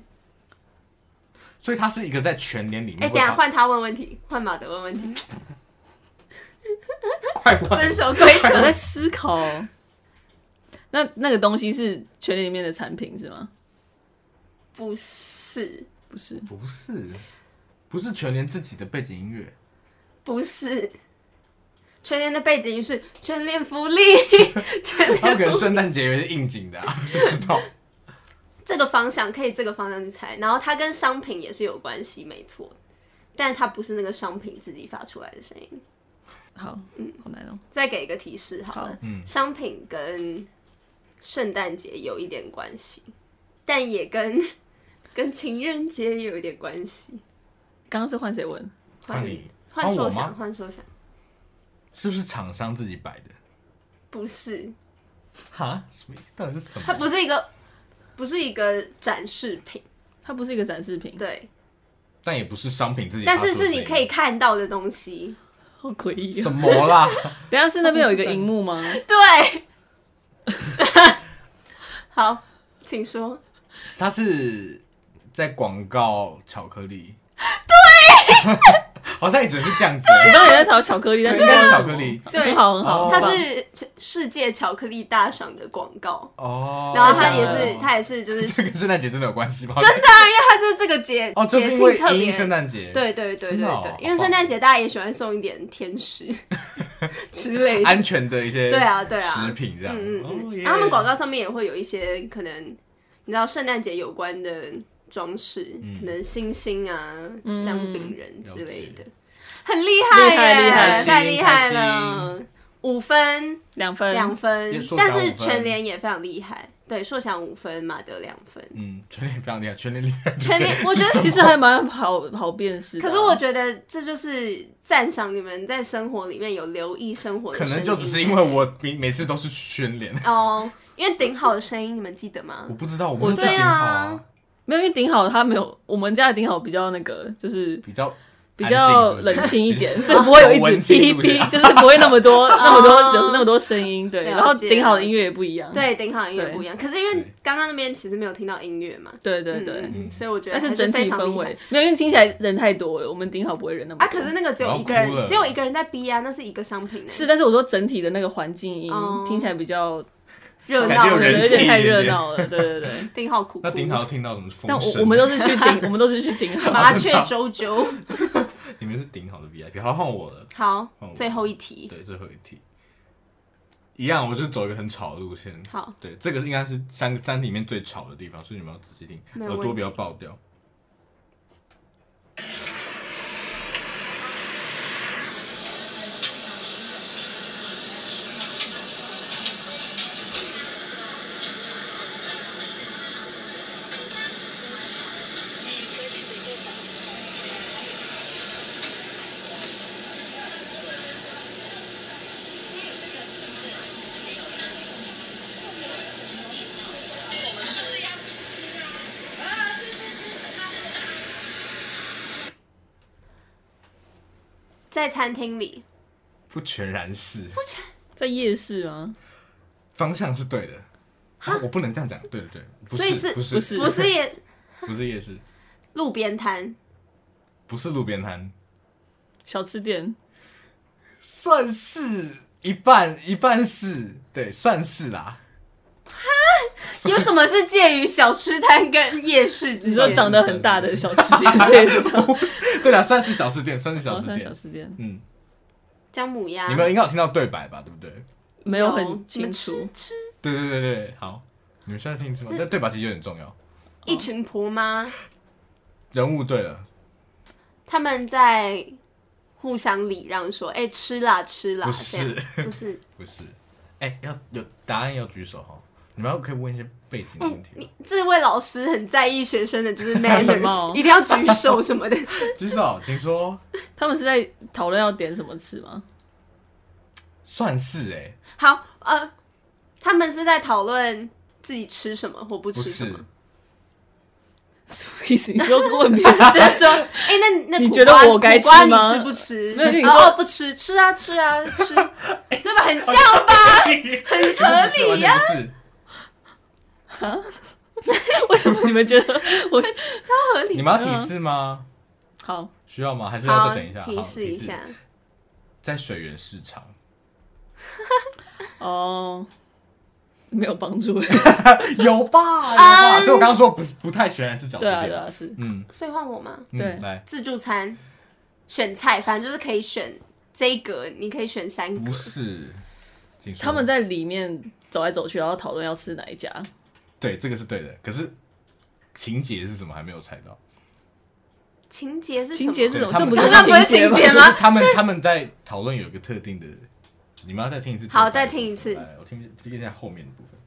[SPEAKER 3] 所以它是一个在全脸里面。
[SPEAKER 1] 哎，等一下换他问问题，换马德问问题，
[SPEAKER 3] 快换。
[SPEAKER 1] 遵守规
[SPEAKER 2] 我 [LAUGHS]
[SPEAKER 1] 则。
[SPEAKER 2] 在思考。那那个东西是全联里面的产品是吗？
[SPEAKER 1] 不是
[SPEAKER 2] 不是，
[SPEAKER 1] 嗯
[SPEAKER 3] 不是，不是全联自己的背景音
[SPEAKER 1] [LAUGHS]
[SPEAKER 3] 乐，
[SPEAKER 1] 不是，全年的背景是全联福利， [LAUGHS] 全
[SPEAKER 3] 他们可
[SPEAKER 1] 联
[SPEAKER 3] 能
[SPEAKER 1] 福利
[SPEAKER 3] 圣诞节有些应景的、啊， [LAUGHS] 谁知道？
[SPEAKER 1] 这个方向可以这个方向去猜，然后它跟商品也是有关系，没错，但它不是那个商品自己发出来的声音。
[SPEAKER 2] 好，好难哦。
[SPEAKER 1] 再给一个提示好了，
[SPEAKER 2] 好
[SPEAKER 3] 嗯
[SPEAKER 1] 商品跟圣诞节有一点关系，但也跟 [LAUGHS] 跟情人节有一点关系。
[SPEAKER 2] 刚刚是换谁问？
[SPEAKER 3] 换你，
[SPEAKER 1] 换
[SPEAKER 3] 我
[SPEAKER 1] 说想，
[SPEAKER 3] 吗？
[SPEAKER 1] 换说想，
[SPEAKER 3] 是不是厂商自己摆的？
[SPEAKER 1] 不是，
[SPEAKER 3] 哈？什么？到底是什么？
[SPEAKER 1] 它不是一个，不是一个展示品，
[SPEAKER 2] 它不是一个展示品，
[SPEAKER 1] 对，
[SPEAKER 3] 但也不是商品自己发
[SPEAKER 1] 但
[SPEAKER 3] 出的
[SPEAKER 1] 是
[SPEAKER 3] 声音，
[SPEAKER 1] 是你可以看到的东西，
[SPEAKER 2] 好诡异
[SPEAKER 3] 什
[SPEAKER 2] 哦。
[SPEAKER 3] 么啦？
[SPEAKER 2] 等一下是那边有一个荧幕吗？
[SPEAKER 1] 对， [LAUGHS] 好，请说。
[SPEAKER 3] 它是在广告巧克力。对， [LAUGHS] 好像也只是
[SPEAKER 1] [LAUGHS]
[SPEAKER 3] 这样子，
[SPEAKER 2] 我刚才也在炒巧克力，但
[SPEAKER 3] 应
[SPEAKER 2] 是
[SPEAKER 3] 该是巧克力
[SPEAKER 1] 对
[SPEAKER 2] 很好很
[SPEAKER 3] 哦
[SPEAKER 2] 好，
[SPEAKER 1] 它
[SPEAKER 2] 很棒
[SPEAKER 1] 是世界巧克力大赏的广告，
[SPEAKER 3] 哦。
[SPEAKER 1] 然后
[SPEAKER 2] 太
[SPEAKER 1] 它
[SPEAKER 2] 强
[SPEAKER 1] 也
[SPEAKER 2] 了
[SPEAKER 1] 是它也是就是
[SPEAKER 3] 这跟圣诞节真的有关系吗？
[SPEAKER 1] 真的啊，因为它就是这个节
[SPEAKER 3] 哦，就
[SPEAKER 1] 节
[SPEAKER 3] 是因
[SPEAKER 1] 庆
[SPEAKER 3] 为
[SPEAKER 1] 特
[SPEAKER 3] 因
[SPEAKER 1] 别，
[SPEAKER 3] 圣诞节，，
[SPEAKER 1] 对对对对
[SPEAKER 3] 真的哦
[SPEAKER 1] 对
[SPEAKER 3] 好，
[SPEAKER 1] 因为圣诞节大家也喜欢送一点甜食 [LAUGHS] 之类的，
[SPEAKER 3] 安全的一些
[SPEAKER 1] 对啊对啊
[SPEAKER 3] 食品这样。
[SPEAKER 1] 嗯嗯
[SPEAKER 3] 哦
[SPEAKER 1] 嗯，
[SPEAKER 3] 耶
[SPEAKER 1] 然后他们广告上面也会有一些可能你知道圣诞节有关的装饰，
[SPEAKER 3] 嗯
[SPEAKER 1] 可能星星啊、
[SPEAKER 2] 嗯
[SPEAKER 1] 姜饼人之类的，很厉害
[SPEAKER 2] 厉害
[SPEAKER 1] 耶
[SPEAKER 2] 厉害
[SPEAKER 1] 太
[SPEAKER 3] 心
[SPEAKER 1] 厉
[SPEAKER 3] 开
[SPEAKER 1] 害
[SPEAKER 3] 心
[SPEAKER 1] 了，五分
[SPEAKER 2] 两分
[SPEAKER 1] 两分
[SPEAKER 3] 嗯也，硕
[SPEAKER 1] 但
[SPEAKER 3] 翔
[SPEAKER 1] 是
[SPEAKER 3] 五分
[SPEAKER 1] 全联也非常厉害，对，硕翔五分，马德两分，
[SPEAKER 3] [LAUGHS] 嗯，全脸非常厉害，全脸厉害。
[SPEAKER 1] 全联我觉得
[SPEAKER 2] 其实还蛮好好辨识的啊。
[SPEAKER 1] 可是我觉得这就是赞赏你们在生活里面有留意生活的
[SPEAKER 3] 可
[SPEAKER 1] 声音，
[SPEAKER 3] 能就只是因为我每每次都是全脸，
[SPEAKER 1] 哦，因为顶好的声音你们记得吗
[SPEAKER 3] 我？不知道我们
[SPEAKER 2] 我
[SPEAKER 3] 这顶好啊
[SPEAKER 2] 没有，因为顶好他没有，我们家的顶好比较那个，就是
[SPEAKER 3] 比较
[SPEAKER 2] 比
[SPEAKER 3] 安
[SPEAKER 2] 较
[SPEAKER 3] 静是不是
[SPEAKER 2] 冷清一点，所以不会有一
[SPEAKER 3] 文
[SPEAKER 2] 直
[SPEAKER 3] 静
[SPEAKER 2] 哔
[SPEAKER 3] 是不是
[SPEAKER 2] 哔，就是不会那么多那么多有那么多声音。对，
[SPEAKER 1] 了解
[SPEAKER 2] 然后顶好的音乐也不一样。
[SPEAKER 1] 对，顶好音乐不一样。可是因为
[SPEAKER 3] 对
[SPEAKER 1] 刚刚那边其实没有听到音乐嘛，
[SPEAKER 2] 对对对
[SPEAKER 1] 嗯，嗯所以我觉得
[SPEAKER 2] 但
[SPEAKER 1] 还
[SPEAKER 2] 是
[SPEAKER 1] 是
[SPEAKER 2] 整
[SPEAKER 1] 非
[SPEAKER 2] 体
[SPEAKER 1] 常
[SPEAKER 2] 氛
[SPEAKER 1] 厉害
[SPEAKER 2] 围没有，因为听起来人太多了，我们顶好不会人那么
[SPEAKER 1] 啊。
[SPEAKER 2] 多
[SPEAKER 1] 可是那个只
[SPEAKER 3] 我
[SPEAKER 1] 有
[SPEAKER 3] 要
[SPEAKER 1] 一个人
[SPEAKER 3] 哭了，
[SPEAKER 1] 只有一个人在逼啊，那是一个商品欸，
[SPEAKER 2] 是，但是我说整体的那个环境音
[SPEAKER 1] 哦
[SPEAKER 2] 听起来比较
[SPEAKER 1] 热
[SPEAKER 3] 感觉
[SPEAKER 1] 闹
[SPEAKER 3] 有
[SPEAKER 2] 我觉
[SPEAKER 3] 人
[SPEAKER 2] 得
[SPEAKER 1] 的
[SPEAKER 2] 有
[SPEAKER 3] 气
[SPEAKER 2] 点
[SPEAKER 1] 是。
[SPEAKER 2] 太
[SPEAKER 3] 一点
[SPEAKER 2] 热
[SPEAKER 3] 点
[SPEAKER 2] 闹了。对对
[SPEAKER 3] [LAUGHS]
[SPEAKER 2] 对，
[SPEAKER 1] 顶好苦哭，
[SPEAKER 3] [LAUGHS] 那顶好听到什么风
[SPEAKER 2] 但
[SPEAKER 3] 声？
[SPEAKER 2] 我我们都是去顶，我们都是去顶好。
[SPEAKER 1] 麻雀周周。
[SPEAKER 3] 你们是顶好的 VIP，好换我了。
[SPEAKER 1] 好
[SPEAKER 3] 换，我
[SPEAKER 1] 最后一题，
[SPEAKER 3] 对，最后一题，一样，我就走一个很吵的路线。
[SPEAKER 1] 好，
[SPEAKER 3] 对，这个应该是三个山里面最吵的地方，所以你们要仔细听，
[SPEAKER 1] 没有
[SPEAKER 3] 耳
[SPEAKER 1] 问
[SPEAKER 3] 朵
[SPEAKER 1] 题
[SPEAKER 3] 不要爆掉。
[SPEAKER 1] 在餐厅里，
[SPEAKER 3] 不全然是，
[SPEAKER 2] 在夜市吗？
[SPEAKER 3] 方向是对的。啊我不能这样讲，对对对，不
[SPEAKER 1] 所以是
[SPEAKER 3] 不
[SPEAKER 2] 不
[SPEAKER 3] 是
[SPEAKER 2] 是
[SPEAKER 1] 不是也
[SPEAKER 3] 不是夜市，
[SPEAKER 1] 路边摊， [LAUGHS]
[SPEAKER 3] 不是路边摊，
[SPEAKER 2] 小吃店
[SPEAKER 3] 算是一半一半是，对，算是啦。
[SPEAKER 1] 有什么是介于小吃摊跟夜市之
[SPEAKER 2] 你说
[SPEAKER 1] 间？
[SPEAKER 2] 长得很大的小吃店之类的吗，
[SPEAKER 3] 对啦，算是小吃店，算是小
[SPEAKER 2] 哦
[SPEAKER 3] 吃
[SPEAKER 2] 那
[SPEAKER 3] 店
[SPEAKER 2] 小。吃店
[SPEAKER 3] 嗯，
[SPEAKER 1] 姜母鸭，
[SPEAKER 3] 你们应该有听到对白吧？对不对？
[SPEAKER 2] 没有很清
[SPEAKER 1] 你
[SPEAKER 2] 楚
[SPEAKER 1] 们。吃吃
[SPEAKER 3] 对对对对，好，你们现在听清楚吗？但对白其实有点重要。
[SPEAKER 1] 一群婆妈，
[SPEAKER 3] 人物对了，
[SPEAKER 1] 他们在互相礼让，说：“哎、吃啦，吃啦。”
[SPEAKER 3] 不
[SPEAKER 1] 这样
[SPEAKER 3] 是
[SPEAKER 1] 不是，
[SPEAKER 3] 不是。哎，要有答案要举手哈。你们要可以问一些背景的问题吗，
[SPEAKER 1] 这位老师很在意学生的，就是
[SPEAKER 2] 礼貌
[SPEAKER 1] manners，一定要举手什么的。
[SPEAKER 3] 举手，请说。
[SPEAKER 2] 他们是在讨论要点什么吃吗？ [LAUGHS]
[SPEAKER 3] 算是哎，
[SPEAKER 1] 好，呃，他们是在讨论自己吃什么或不
[SPEAKER 3] 不
[SPEAKER 1] 吃什
[SPEAKER 3] 是
[SPEAKER 1] 么，
[SPEAKER 2] 什么意思？你说问别人
[SPEAKER 1] 就是说，哎、那那
[SPEAKER 2] 你
[SPEAKER 1] 苦
[SPEAKER 2] 觉得
[SPEAKER 1] 瓜
[SPEAKER 2] 我该
[SPEAKER 1] 苦瓜
[SPEAKER 2] 吃吗
[SPEAKER 1] 你吃不吃？
[SPEAKER 2] 没有你
[SPEAKER 1] 哦
[SPEAKER 2] 说
[SPEAKER 1] 哦不吃，吃啊吃啊吃，对吧？很像吧，很
[SPEAKER 3] 是
[SPEAKER 1] 合
[SPEAKER 3] 完
[SPEAKER 1] 理
[SPEAKER 3] 全
[SPEAKER 1] 呀、
[SPEAKER 3] 不是。
[SPEAKER 2] 为什么你们觉得 [LAUGHS] 我
[SPEAKER 1] 合理。
[SPEAKER 3] 你们要提示吗？
[SPEAKER 2] 好？
[SPEAKER 3] 需要吗？还是要
[SPEAKER 1] 好
[SPEAKER 3] 再等一下？，好
[SPEAKER 1] 提示一，下
[SPEAKER 3] 提，在水源市场，
[SPEAKER 2] [LAUGHS] 哦，没有帮
[SPEAKER 3] [LAUGHS]
[SPEAKER 2] 助。
[SPEAKER 3] 有吧？有吧？啊所以我刚刚说不是不太全然是小吃
[SPEAKER 2] 对啊，
[SPEAKER 3] 店。
[SPEAKER 2] 对啊，是
[SPEAKER 3] 嗯，
[SPEAKER 1] 所以换我吗？
[SPEAKER 3] 嗯
[SPEAKER 2] 对
[SPEAKER 3] 来，
[SPEAKER 1] 自助餐选菜，反正就是可以选这一格，你可以选三格
[SPEAKER 3] 不。是，请说
[SPEAKER 2] 他们在里面走来走去，然后讨论要吃哪一家。
[SPEAKER 3] 对这个是对的，可是情节是什么还没有猜到？
[SPEAKER 1] 情节是什
[SPEAKER 2] 情节是
[SPEAKER 3] 对
[SPEAKER 2] 什么？
[SPEAKER 3] 他
[SPEAKER 2] 这
[SPEAKER 3] 们
[SPEAKER 2] 不
[SPEAKER 1] 刚刚不是
[SPEAKER 2] 是
[SPEAKER 1] 情
[SPEAKER 2] 吗
[SPEAKER 1] 节？
[SPEAKER 3] 就是
[SPEAKER 1] 吗？
[SPEAKER 3] 他们他们在讨论有一个特定的，你们要再听一次。
[SPEAKER 1] 好再听一次
[SPEAKER 3] 来，来我听听一下后面的
[SPEAKER 1] [LAUGHS]
[SPEAKER 3] 部分。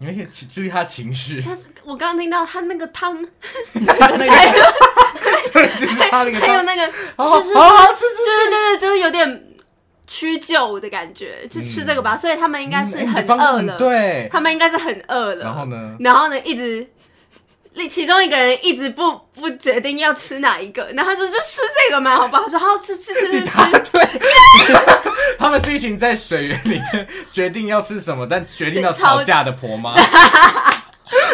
[SPEAKER 3] 你们可以情注意他的情绪， [LAUGHS]
[SPEAKER 1] 他是我刚刚听到他那个汤，
[SPEAKER 2] [LAUGHS] 那个
[SPEAKER 3] 就是他那个
[SPEAKER 1] 还有那个
[SPEAKER 3] 好
[SPEAKER 1] 吃吃
[SPEAKER 3] 好好
[SPEAKER 1] 吃吃，对对对，就是有点屈就的感觉，就吃这个吧。所以他们应该是
[SPEAKER 3] 嗯哎你
[SPEAKER 1] 很
[SPEAKER 3] 方法
[SPEAKER 1] 饿
[SPEAKER 3] 很
[SPEAKER 1] 了，
[SPEAKER 3] 对，
[SPEAKER 1] 他们应该是很饿了。
[SPEAKER 3] 然后呢？
[SPEAKER 1] 然后呢，一直另其中一个人一直不不决定要吃哪一个，然后他说就吃这个嘛，好不好？我说好吃吃吃吃吃
[SPEAKER 3] 答，对， [LAUGHS] 他们是一群在水源里面决定要吃什么，但决定要吵架的婆
[SPEAKER 1] [LAUGHS]
[SPEAKER 3] 妈。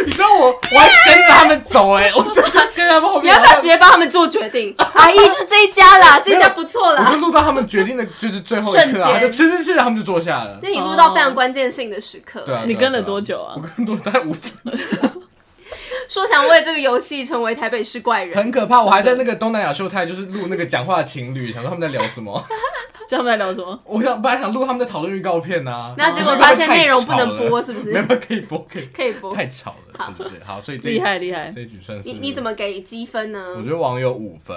[SPEAKER 3] 你知道我，我还跟着他们走哎、 [LAUGHS] 我真的跟他们后
[SPEAKER 1] 你
[SPEAKER 3] 面。
[SPEAKER 1] 要不要直接帮他们做决定？ [LAUGHS] 阿姨就这一家啦，这一家不错
[SPEAKER 3] 我就
[SPEAKER 1] 啦。
[SPEAKER 3] 录到他们决定的，就是最后一刻啊，
[SPEAKER 1] 啊瞬间
[SPEAKER 3] 就吃吃吃，他们就坐下了。啊
[SPEAKER 1] 那你录到非常关键性的时刻，
[SPEAKER 3] 对啊，
[SPEAKER 2] 你
[SPEAKER 3] 对啊
[SPEAKER 2] 跟了
[SPEAKER 3] 对啊
[SPEAKER 2] 多久啊
[SPEAKER 3] 我跟多大概
[SPEAKER 1] [LAUGHS]
[SPEAKER 3] 五分钟
[SPEAKER 1] 说想为这个游戏成为台北市怪人，
[SPEAKER 3] 很可怕。我还在那个东南亚秀泰，就是录那个讲话的情侣，想说他们在聊什么。
[SPEAKER 2] 知道他们在聊什么？
[SPEAKER 3] 我想本来想录他们在讨论预告片呐、啊，
[SPEAKER 1] 那结果
[SPEAKER 3] 我
[SPEAKER 1] 发
[SPEAKER 3] 说
[SPEAKER 1] 现
[SPEAKER 3] 他们
[SPEAKER 1] 内
[SPEAKER 3] 太
[SPEAKER 1] 容
[SPEAKER 3] 吵
[SPEAKER 1] 不能
[SPEAKER 3] 了
[SPEAKER 1] 播是不是
[SPEAKER 3] 没有可以播，可以
[SPEAKER 1] 可以不？
[SPEAKER 3] 太吵了，对不对？好，所以这
[SPEAKER 2] 厉害厉害
[SPEAKER 3] 这！一局算是
[SPEAKER 1] 你你怎？么给积分呢
[SPEAKER 3] 我？觉得网友五分，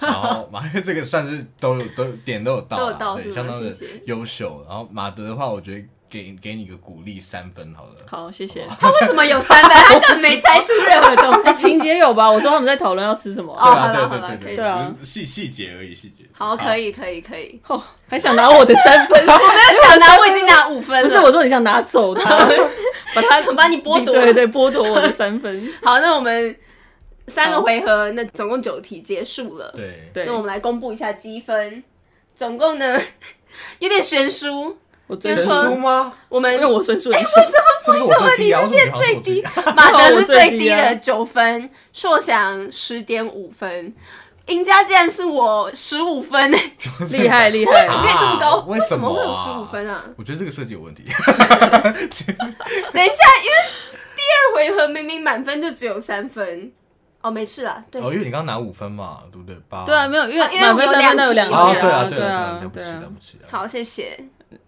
[SPEAKER 3] 然后马月这个算是都有都有点都有到啊，
[SPEAKER 1] 都有到
[SPEAKER 3] 对，
[SPEAKER 1] 是吗
[SPEAKER 3] 相当的
[SPEAKER 1] 谢谢
[SPEAKER 3] 优秀。然后马德的话，我觉得给给你个鼓励三分好了。
[SPEAKER 2] 好，谢 [LAUGHS] 谢。
[SPEAKER 1] 他为什么有 [LAUGHS] 三分？他根本没猜出任何东西。
[SPEAKER 2] 情节有吧？我说他们在讨论要吃什么啊，
[SPEAKER 1] 哦
[SPEAKER 3] 对啊，
[SPEAKER 1] 好了
[SPEAKER 3] 对
[SPEAKER 1] 好
[SPEAKER 3] 对
[SPEAKER 1] 了
[SPEAKER 3] 对
[SPEAKER 1] 可
[SPEAKER 2] 以了
[SPEAKER 3] 对，细细节而已，细节。
[SPEAKER 1] 好，可以可以可以。
[SPEAKER 2] 哦，还想 [LAUGHS] 拿我的三分？
[SPEAKER 1] 但想拿我已
[SPEAKER 2] [LAUGHS]
[SPEAKER 1] 经拿五分了，
[SPEAKER 2] 不是，我说你想拿走他， [LAUGHS] 把他
[SPEAKER 1] 把你剥夺了
[SPEAKER 2] 对对，剥夺我的三 [LAUGHS] 分。
[SPEAKER 1] 好，那我们三个回合，那总共九题结束了。
[SPEAKER 3] 对，
[SPEAKER 2] 对
[SPEAKER 1] 那，我们来公布一下积分，总共呢 [LAUGHS] 有点悬殊。
[SPEAKER 2] 我
[SPEAKER 1] 就
[SPEAKER 2] 最
[SPEAKER 1] 是
[SPEAKER 3] 神
[SPEAKER 2] 输，
[SPEAKER 1] 说
[SPEAKER 3] 书吗？
[SPEAKER 1] 我
[SPEAKER 2] 因
[SPEAKER 1] 们哎
[SPEAKER 2] 为我分数很少。
[SPEAKER 3] 是不是我最低啊？为什么你好像是我最低？
[SPEAKER 2] [LAUGHS]
[SPEAKER 1] 马德是最
[SPEAKER 2] 我最
[SPEAKER 1] 低
[SPEAKER 2] 低
[SPEAKER 1] 的
[SPEAKER 2] 啊
[SPEAKER 1] 九分，硕翔十点五分，赢家竟然是我十五分，怎么
[SPEAKER 2] 厉害 [LAUGHS] 厉害！
[SPEAKER 1] 可以这么高？
[SPEAKER 3] 啊
[SPEAKER 1] 为什么会有
[SPEAKER 3] 为
[SPEAKER 1] 十
[SPEAKER 3] 什么
[SPEAKER 1] 五
[SPEAKER 3] 啊
[SPEAKER 1] 分啊？
[SPEAKER 3] [LAUGHS] 我觉得这个设计有问题。
[SPEAKER 1] 等一下，因为第二回合明明满分就只有三分，哦，没事啦，对，
[SPEAKER 3] 哦，因为你刚刚拿五分嘛，对不对？八。
[SPEAKER 2] 对啊，没有，因为
[SPEAKER 1] 啊因为
[SPEAKER 2] 满分
[SPEAKER 1] 我有
[SPEAKER 2] 三分那有
[SPEAKER 1] 两
[SPEAKER 2] 两
[SPEAKER 1] 题啊
[SPEAKER 2] 题
[SPEAKER 3] 哦，对啊，对
[SPEAKER 2] 对
[SPEAKER 3] 啊，了不
[SPEAKER 2] 对
[SPEAKER 3] 起，
[SPEAKER 2] 啊
[SPEAKER 3] 了不起。
[SPEAKER 1] 好，谢谢。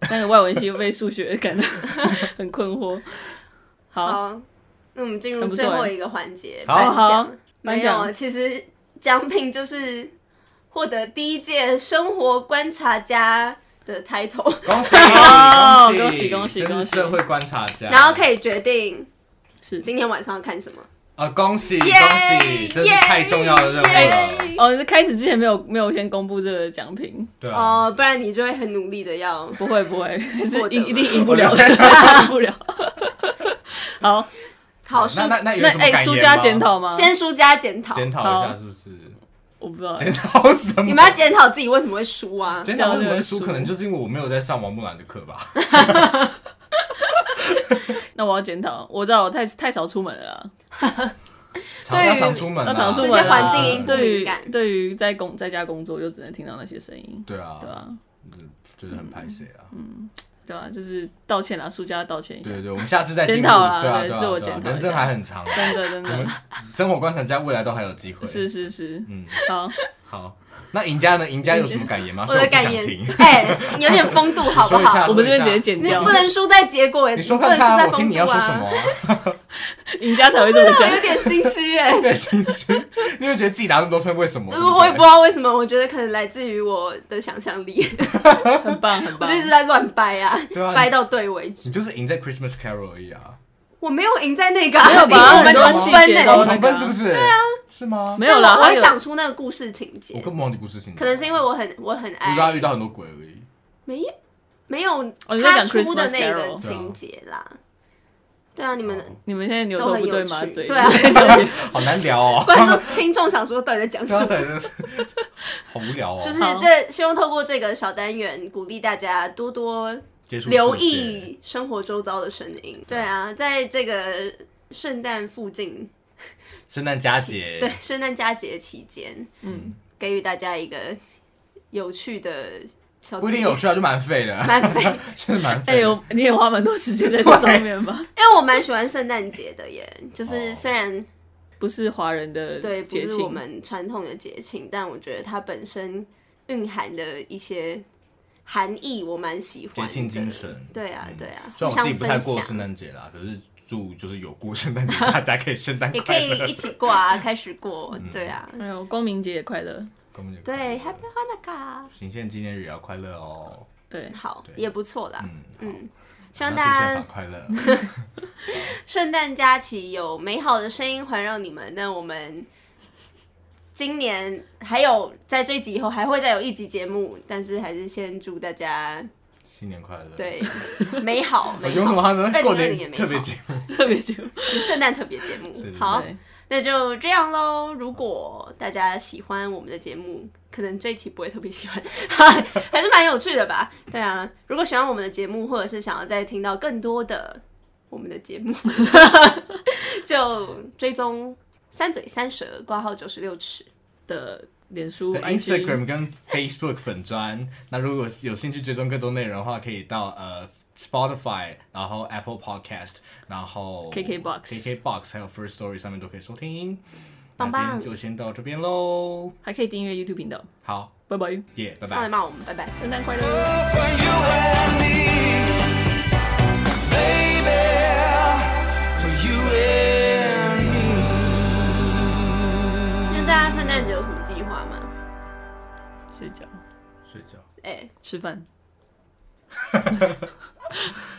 [SPEAKER 2] 三个外文系被数学感到 [LAUGHS] 很困惑。好，
[SPEAKER 1] 好，那我们进入
[SPEAKER 2] 很不错
[SPEAKER 1] 最后
[SPEAKER 2] 欸
[SPEAKER 1] 一个环节，
[SPEAKER 3] 好
[SPEAKER 1] 颁
[SPEAKER 2] 好
[SPEAKER 1] 奖。
[SPEAKER 2] 颁
[SPEAKER 1] 没有啊，
[SPEAKER 2] 奖
[SPEAKER 1] 其实奖品就是获得第一届生活观察家的
[SPEAKER 3] [LAUGHS]
[SPEAKER 1] title，
[SPEAKER 3] 恭喜
[SPEAKER 2] 哦
[SPEAKER 3] 恭
[SPEAKER 2] 恭喜
[SPEAKER 3] 真
[SPEAKER 2] 恭喜恭
[SPEAKER 3] 是
[SPEAKER 2] 喜
[SPEAKER 3] 社会观察家。
[SPEAKER 1] 然后可以决定
[SPEAKER 2] 是
[SPEAKER 1] 今天晚上要看什么。
[SPEAKER 3] 啊，恭喜恭
[SPEAKER 1] 耶
[SPEAKER 3] 喜，真是
[SPEAKER 1] 耶
[SPEAKER 3] 太重要的任务了。
[SPEAKER 1] 耶
[SPEAKER 2] 哦，是开始之前没有没有先公布这个奖品，
[SPEAKER 3] 对啊，
[SPEAKER 1] 哦，不然你就会很努力的要。
[SPEAKER 2] 不会不会，还是
[SPEAKER 1] 获得
[SPEAKER 2] 一
[SPEAKER 1] 了
[SPEAKER 2] 一定赢不了，
[SPEAKER 3] 我
[SPEAKER 2] 的， [LAUGHS] 赢不了。好，
[SPEAKER 1] 好，输
[SPEAKER 3] 那那那有
[SPEAKER 2] 那
[SPEAKER 3] 什么
[SPEAKER 2] 哎，
[SPEAKER 3] 感言
[SPEAKER 2] 输家
[SPEAKER 3] 吗
[SPEAKER 2] 检讨吗？
[SPEAKER 1] 先输加检讨，
[SPEAKER 3] 检讨一下，是不是？
[SPEAKER 2] 我不知道，
[SPEAKER 3] 检讨什么？
[SPEAKER 1] 你们要检讨自己为什么会输啊？
[SPEAKER 3] 检
[SPEAKER 2] 这
[SPEAKER 3] 讨
[SPEAKER 2] 样
[SPEAKER 3] 为什么会
[SPEAKER 2] 就
[SPEAKER 3] 输？
[SPEAKER 2] 输
[SPEAKER 3] 可能就是因为我没有在上王木兰的课吧。
[SPEAKER 2] 那我要检讨，我知道我太太少出门了啦，
[SPEAKER 3] 常要常出门啊，
[SPEAKER 2] 要常出门
[SPEAKER 1] 这
[SPEAKER 2] 啊。
[SPEAKER 1] 些环境因素
[SPEAKER 2] 对
[SPEAKER 1] 敏
[SPEAKER 2] 于
[SPEAKER 1] 感
[SPEAKER 2] 对于在工在家工作，就只能听到那些声音，
[SPEAKER 3] 对啊
[SPEAKER 2] 对，啊，
[SPEAKER 3] 就是很排斥啊。
[SPEAKER 2] 对啊，就是道歉啦，输家道歉一下，
[SPEAKER 3] 对对，我们下次再进步
[SPEAKER 2] 检讨啦
[SPEAKER 3] 对啊
[SPEAKER 2] 对
[SPEAKER 3] 对啊，
[SPEAKER 2] 自我
[SPEAKER 3] 对啊
[SPEAKER 2] 检讨一
[SPEAKER 3] 人生
[SPEAKER 2] 下
[SPEAKER 3] 还很长，
[SPEAKER 2] 真的真
[SPEAKER 3] 我们
[SPEAKER 2] 的，
[SPEAKER 3] 生活观察家未来都还有机会。
[SPEAKER 2] 是是是，
[SPEAKER 3] 嗯，
[SPEAKER 2] 好。
[SPEAKER 3] 好，那赢家呢？赢家有什么感言吗？
[SPEAKER 1] [LAUGHS] 我
[SPEAKER 3] 虽然
[SPEAKER 1] 的
[SPEAKER 3] 不想
[SPEAKER 1] 感言
[SPEAKER 3] 听，
[SPEAKER 1] 哎、你有点风
[SPEAKER 3] [LAUGHS]
[SPEAKER 1] 度好不
[SPEAKER 3] 说一下
[SPEAKER 1] 好？
[SPEAKER 2] 我们这边
[SPEAKER 3] 说一
[SPEAKER 2] 直
[SPEAKER 3] 下
[SPEAKER 2] 接剪
[SPEAKER 1] 你
[SPEAKER 2] 掉
[SPEAKER 1] 不，能输在结果，
[SPEAKER 3] 你说
[SPEAKER 1] 不能
[SPEAKER 3] 看
[SPEAKER 1] 输
[SPEAKER 3] 看啊，
[SPEAKER 1] 在
[SPEAKER 3] 我听
[SPEAKER 1] 风
[SPEAKER 3] 你要
[SPEAKER 1] 度
[SPEAKER 3] 说什
[SPEAKER 1] 啊
[SPEAKER 3] 么。
[SPEAKER 2] 赢家才会这
[SPEAKER 1] [LAUGHS]
[SPEAKER 2] 么
[SPEAKER 1] 我
[SPEAKER 2] 讲
[SPEAKER 1] 有。点心虚哎、
[SPEAKER 3] 对，心虚，因为觉得自己拿那么多分，为什么？
[SPEAKER 1] 我也不知道为什么，我觉得可能来自于我的想象力，
[SPEAKER 2] 很棒，很
[SPEAKER 1] 我
[SPEAKER 2] 棒
[SPEAKER 1] 就。一直在乱掰啊，
[SPEAKER 3] 啊对啊
[SPEAKER 1] 掰到对为
[SPEAKER 3] 你
[SPEAKER 1] 止。
[SPEAKER 3] 就是赢在 Christmas Carol 而已啊，
[SPEAKER 1] 我没有赢在那个啊，
[SPEAKER 2] 没有吧
[SPEAKER 1] 因为我们
[SPEAKER 2] 很多
[SPEAKER 1] 同
[SPEAKER 2] 细
[SPEAKER 1] 分
[SPEAKER 2] 节
[SPEAKER 1] 呢、
[SPEAKER 2] 都
[SPEAKER 3] 哦，
[SPEAKER 2] 那个啊
[SPEAKER 3] 同分是不是？对啊，是
[SPEAKER 2] [LAUGHS]
[SPEAKER 3] 吗？
[SPEAKER 2] 没有啦，
[SPEAKER 1] 我
[SPEAKER 2] 他
[SPEAKER 1] 会
[SPEAKER 2] 有
[SPEAKER 1] 想出那个故事情
[SPEAKER 3] 我
[SPEAKER 1] 节
[SPEAKER 3] 根，本忘记故事情节，
[SPEAKER 1] 可能是因为我很我很
[SPEAKER 3] 就是他遇
[SPEAKER 1] 爱，
[SPEAKER 3] 到很多鬼而已。
[SPEAKER 1] 没没有
[SPEAKER 2] 哦你在
[SPEAKER 1] 他
[SPEAKER 2] 讲
[SPEAKER 1] 出的
[SPEAKER 2] Christmas
[SPEAKER 1] 那个
[SPEAKER 2] Carol
[SPEAKER 1] 情节啦。对啊，你们
[SPEAKER 3] 哦
[SPEAKER 2] 你们现在牛
[SPEAKER 1] 都
[SPEAKER 2] 头
[SPEAKER 1] 很
[SPEAKER 2] 不对
[SPEAKER 1] 有
[SPEAKER 2] 马
[SPEAKER 1] 趣，
[SPEAKER 2] 嘴。
[SPEAKER 1] 对啊， [LAUGHS]
[SPEAKER 3] [LAUGHS] 好难聊哦，
[SPEAKER 1] 观众听众想说到底在讲什么？
[SPEAKER 3] 对，啊就是 [LAUGHS] 好无聊哦，
[SPEAKER 1] 就是
[SPEAKER 2] 好
[SPEAKER 1] 这，希望透过这个小单元鼓励大家多多
[SPEAKER 3] 接触世界
[SPEAKER 1] 留意生活周遭的声
[SPEAKER 2] 嗯
[SPEAKER 1] 音。对啊，在这个圣诞附近，
[SPEAKER 3] 圣诞佳
[SPEAKER 2] 嗯
[SPEAKER 3] 节，
[SPEAKER 1] 对，圣诞佳节期间，嗯，给予大家一个有趣的小
[SPEAKER 3] 不一定
[SPEAKER 1] 建议 [LAUGHS]
[SPEAKER 3] 有，趣啊，就蛮废的，
[SPEAKER 1] 蛮
[SPEAKER 3] [LAUGHS]
[SPEAKER 1] 肥，
[SPEAKER 3] 真的蛮
[SPEAKER 2] [LAUGHS] 哎
[SPEAKER 3] 废的。
[SPEAKER 2] 呦，你也花蛮多时间在这上面吧？
[SPEAKER 1] 因为我蛮喜欢圣诞节的耶，就是
[SPEAKER 3] 哦
[SPEAKER 1] 虽然
[SPEAKER 2] 不是华人的
[SPEAKER 1] 对不
[SPEAKER 2] 节
[SPEAKER 1] 是
[SPEAKER 2] 庆
[SPEAKER 1] 我，们传统的节庆，但我觉得它本身蕴含的一些含义，我蛮喜欢
[SPEAKER 3] 节
[SPEAKER 1] 的
[SPEAKER 3] 庆精神，
[SPEAKER 1] 对啊
[SPEAKER 3] 嗯
[SPEAKER 1] 对啊
[SPEAKER 3] 虽
[SPEAKER 1] 互
[SPEAKER 3] 然我
[SPEAKER 1] 相
[SPEAKER 3] 自己不太
[SPEAKER 1] 分
[SPEAKER 3] 过
[SPEAKER 1] 享
[SPEAKER 3] 圣诞节啦，可是祝就是有过圣诞节，大家可以圣
[SPEAKER 1] [LAUGHS]
[SPEAKER 3] 诞
[SPEAKER 1] 也可
[SPEAKER 3] 快
[SPEAKER 1] 以
[SPEAKER 3] 乐
[SPEAKER 1] 一。起过
[SPEAKER 3] [LAUGHS]
[SPEAKER 1] 啊，开始过，
[SPEAKER 3] 嗯
[SPEAKER 1] 对啊，
[SPEAKER 2] 哎呦，光明节也快乐。
[SPEAKER 3] 跟我们有
[SPEAKER 1] 对
[SPEAKER 3] 关系
[SPEAKER 1] ，Happy Hanukkah，
[SPEAKER 3] 行宪纪念日也要快乐哦。
[SPEAKER 2] 对，
[SPEAKER 1] 好，
[SPEAKER 3] 对
[SPEAKER 1] 也不错啦，
[SPEAKER 3] 嗯，
[SPEAKER 1] 嗯，希
[SPEAKER 3] 那
[SPEAKER 1] 望
[SPEAKER 3] 祝
[SPEAKER 1] 大
[SPEAKER 3] 宪
[SPEAKER 1] 家
[SPEAKER 3] 法快乐。
[SPEAKER 1] [LAUGHS] 圣诞假期有美好的声音环绕你们。那我们今年还有在这一集以后还会再有一集节目，但是还是先祝大家
[SPEAKER 3] 新年快乐！， [LAUGHS]
[SPEAKER 1] 对美好
[SPEAKER 3] 我
[SPEAKER 1] 美
[SPEAKER 3] 用什
[SPEAKER 1] 好，
[SPEAKER 3] 么？他
[SPEAKER 1] 二
[SPEAKER 3] 说
[SPEAKER 1] 零
[SPEAKER 3] 过
[SPEAKER 1] 二零也
[SPEAKER 3] 年
[SPEAKER 1] 美
[SPEAKER 3] 特别
[SPEAKER 1] 好，
[SPEAKER 3] 节目，
[SPEAKER 2] 特别节目。
[SPEAKER 1] 圣诞特别节目
[SPEAKER 3] 对对，
[SPEAKER 1] 好
[SPEAKER 2] 对。
[SPEAKER 1] 那就这样喽。如果大家喜欢我们的节目，可能这一期不会特别喜欢，还是蛮有趣的吧？对啊，如果喜欢我们的节目，或者是想要再听到更多的我们的节目， [LAUGHS] 就追踪三嘴三舌挂号九十六尺。
[SPEAKER 2] 的脸书、
[SPEAKER 3] 对
[SPEAKER 2] IG
[SPEAKER 3] Instagram 跟 Facebook 粉砖。那如果有兴趣追踪更多内容的话，可以到呃 Spotify，然后 Apple Podcast，然后
[SPEAKER 2] KKBOX
[SPEAKER 3] KKBox 还有 First Story 上面都可以收听。那
[SPEAKER 1] 棒
[SPEAKER 3] 今
[SPEAKER 1] 棒
[SPEAKER 3] 天就先到这边喽。
[SPEAKER 2] 还可以订阅 YouTube 频道。
[SPEAKER 3] 好，
[SPEAKER 2] 拜拜，
[SPEAKER 3] 耶、拜
[SPEAKER 1] 上来
[SPEAKER 3] 拜。
[SPEAKER 1] 骂我们，拜拜。
[SPEAKER 2] 圣诞快乐！
[SPEAKER 7] for you and me, baby, for you and me.
[SPEAKER 1] 那大家圣诞节有什么计划吗？
[SPEAKER 2] 睡觉、
[SPEAKER 3] 睡觉。
[SPEAKER 1] 哎、
[SPEAKER 2] 吃饭，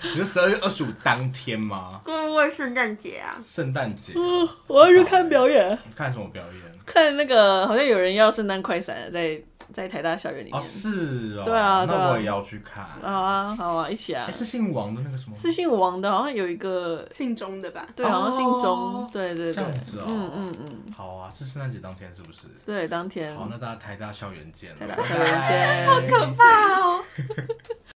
[SPEAKER 3] 你说十二月二十五当天吗？
[SPEAKER 1] 过过圣诞节啊？
[SPEAKER 3] 圣诞节哦
[SPEAKER 2] 我要去看表演，
[SPEAKER 3] 看什么表演？
[SPEAKER 2] 看那个好像有人要圣诞快闪了，在在台大校园里
[SPEAKER 3] 哦，
[SPEAKER 2] 面。
[SPEAKER 3] 是哦，
[SPEAKER 2] 对啊对
[SPEAKER 3] 那
[SPEAKER 2] 啊
[SPEAKER 3] 我也要去看。
[SPEAKER 2] 好啊，好啊，一起啊
[SPEAKER 3] 哎，！是姓王的那个什么？
[SPEAKER 2] 是姓王的，好像有一个，
[SPEAKER 1] 姓钟的吧？
[SPEAKER 2] 对，好像姓
[SPEAKER 3] 哦
[SPEAKER 2] 钟，对对
[SPEAKER 3] 这
[SPEAKER 2] 对
[SPEAKER 3] 样，子哦，嗯嗯嗯，好啊，是圣诞节当天是不是？
[SPEAKER 2] 对，当天
[SPEAKER 3] 好，那大家台大校园见，
[SPEAKER 2] 台大校园见
[SPEAKER 3] 拜拜
[SPEAKER 1] 可怕哦！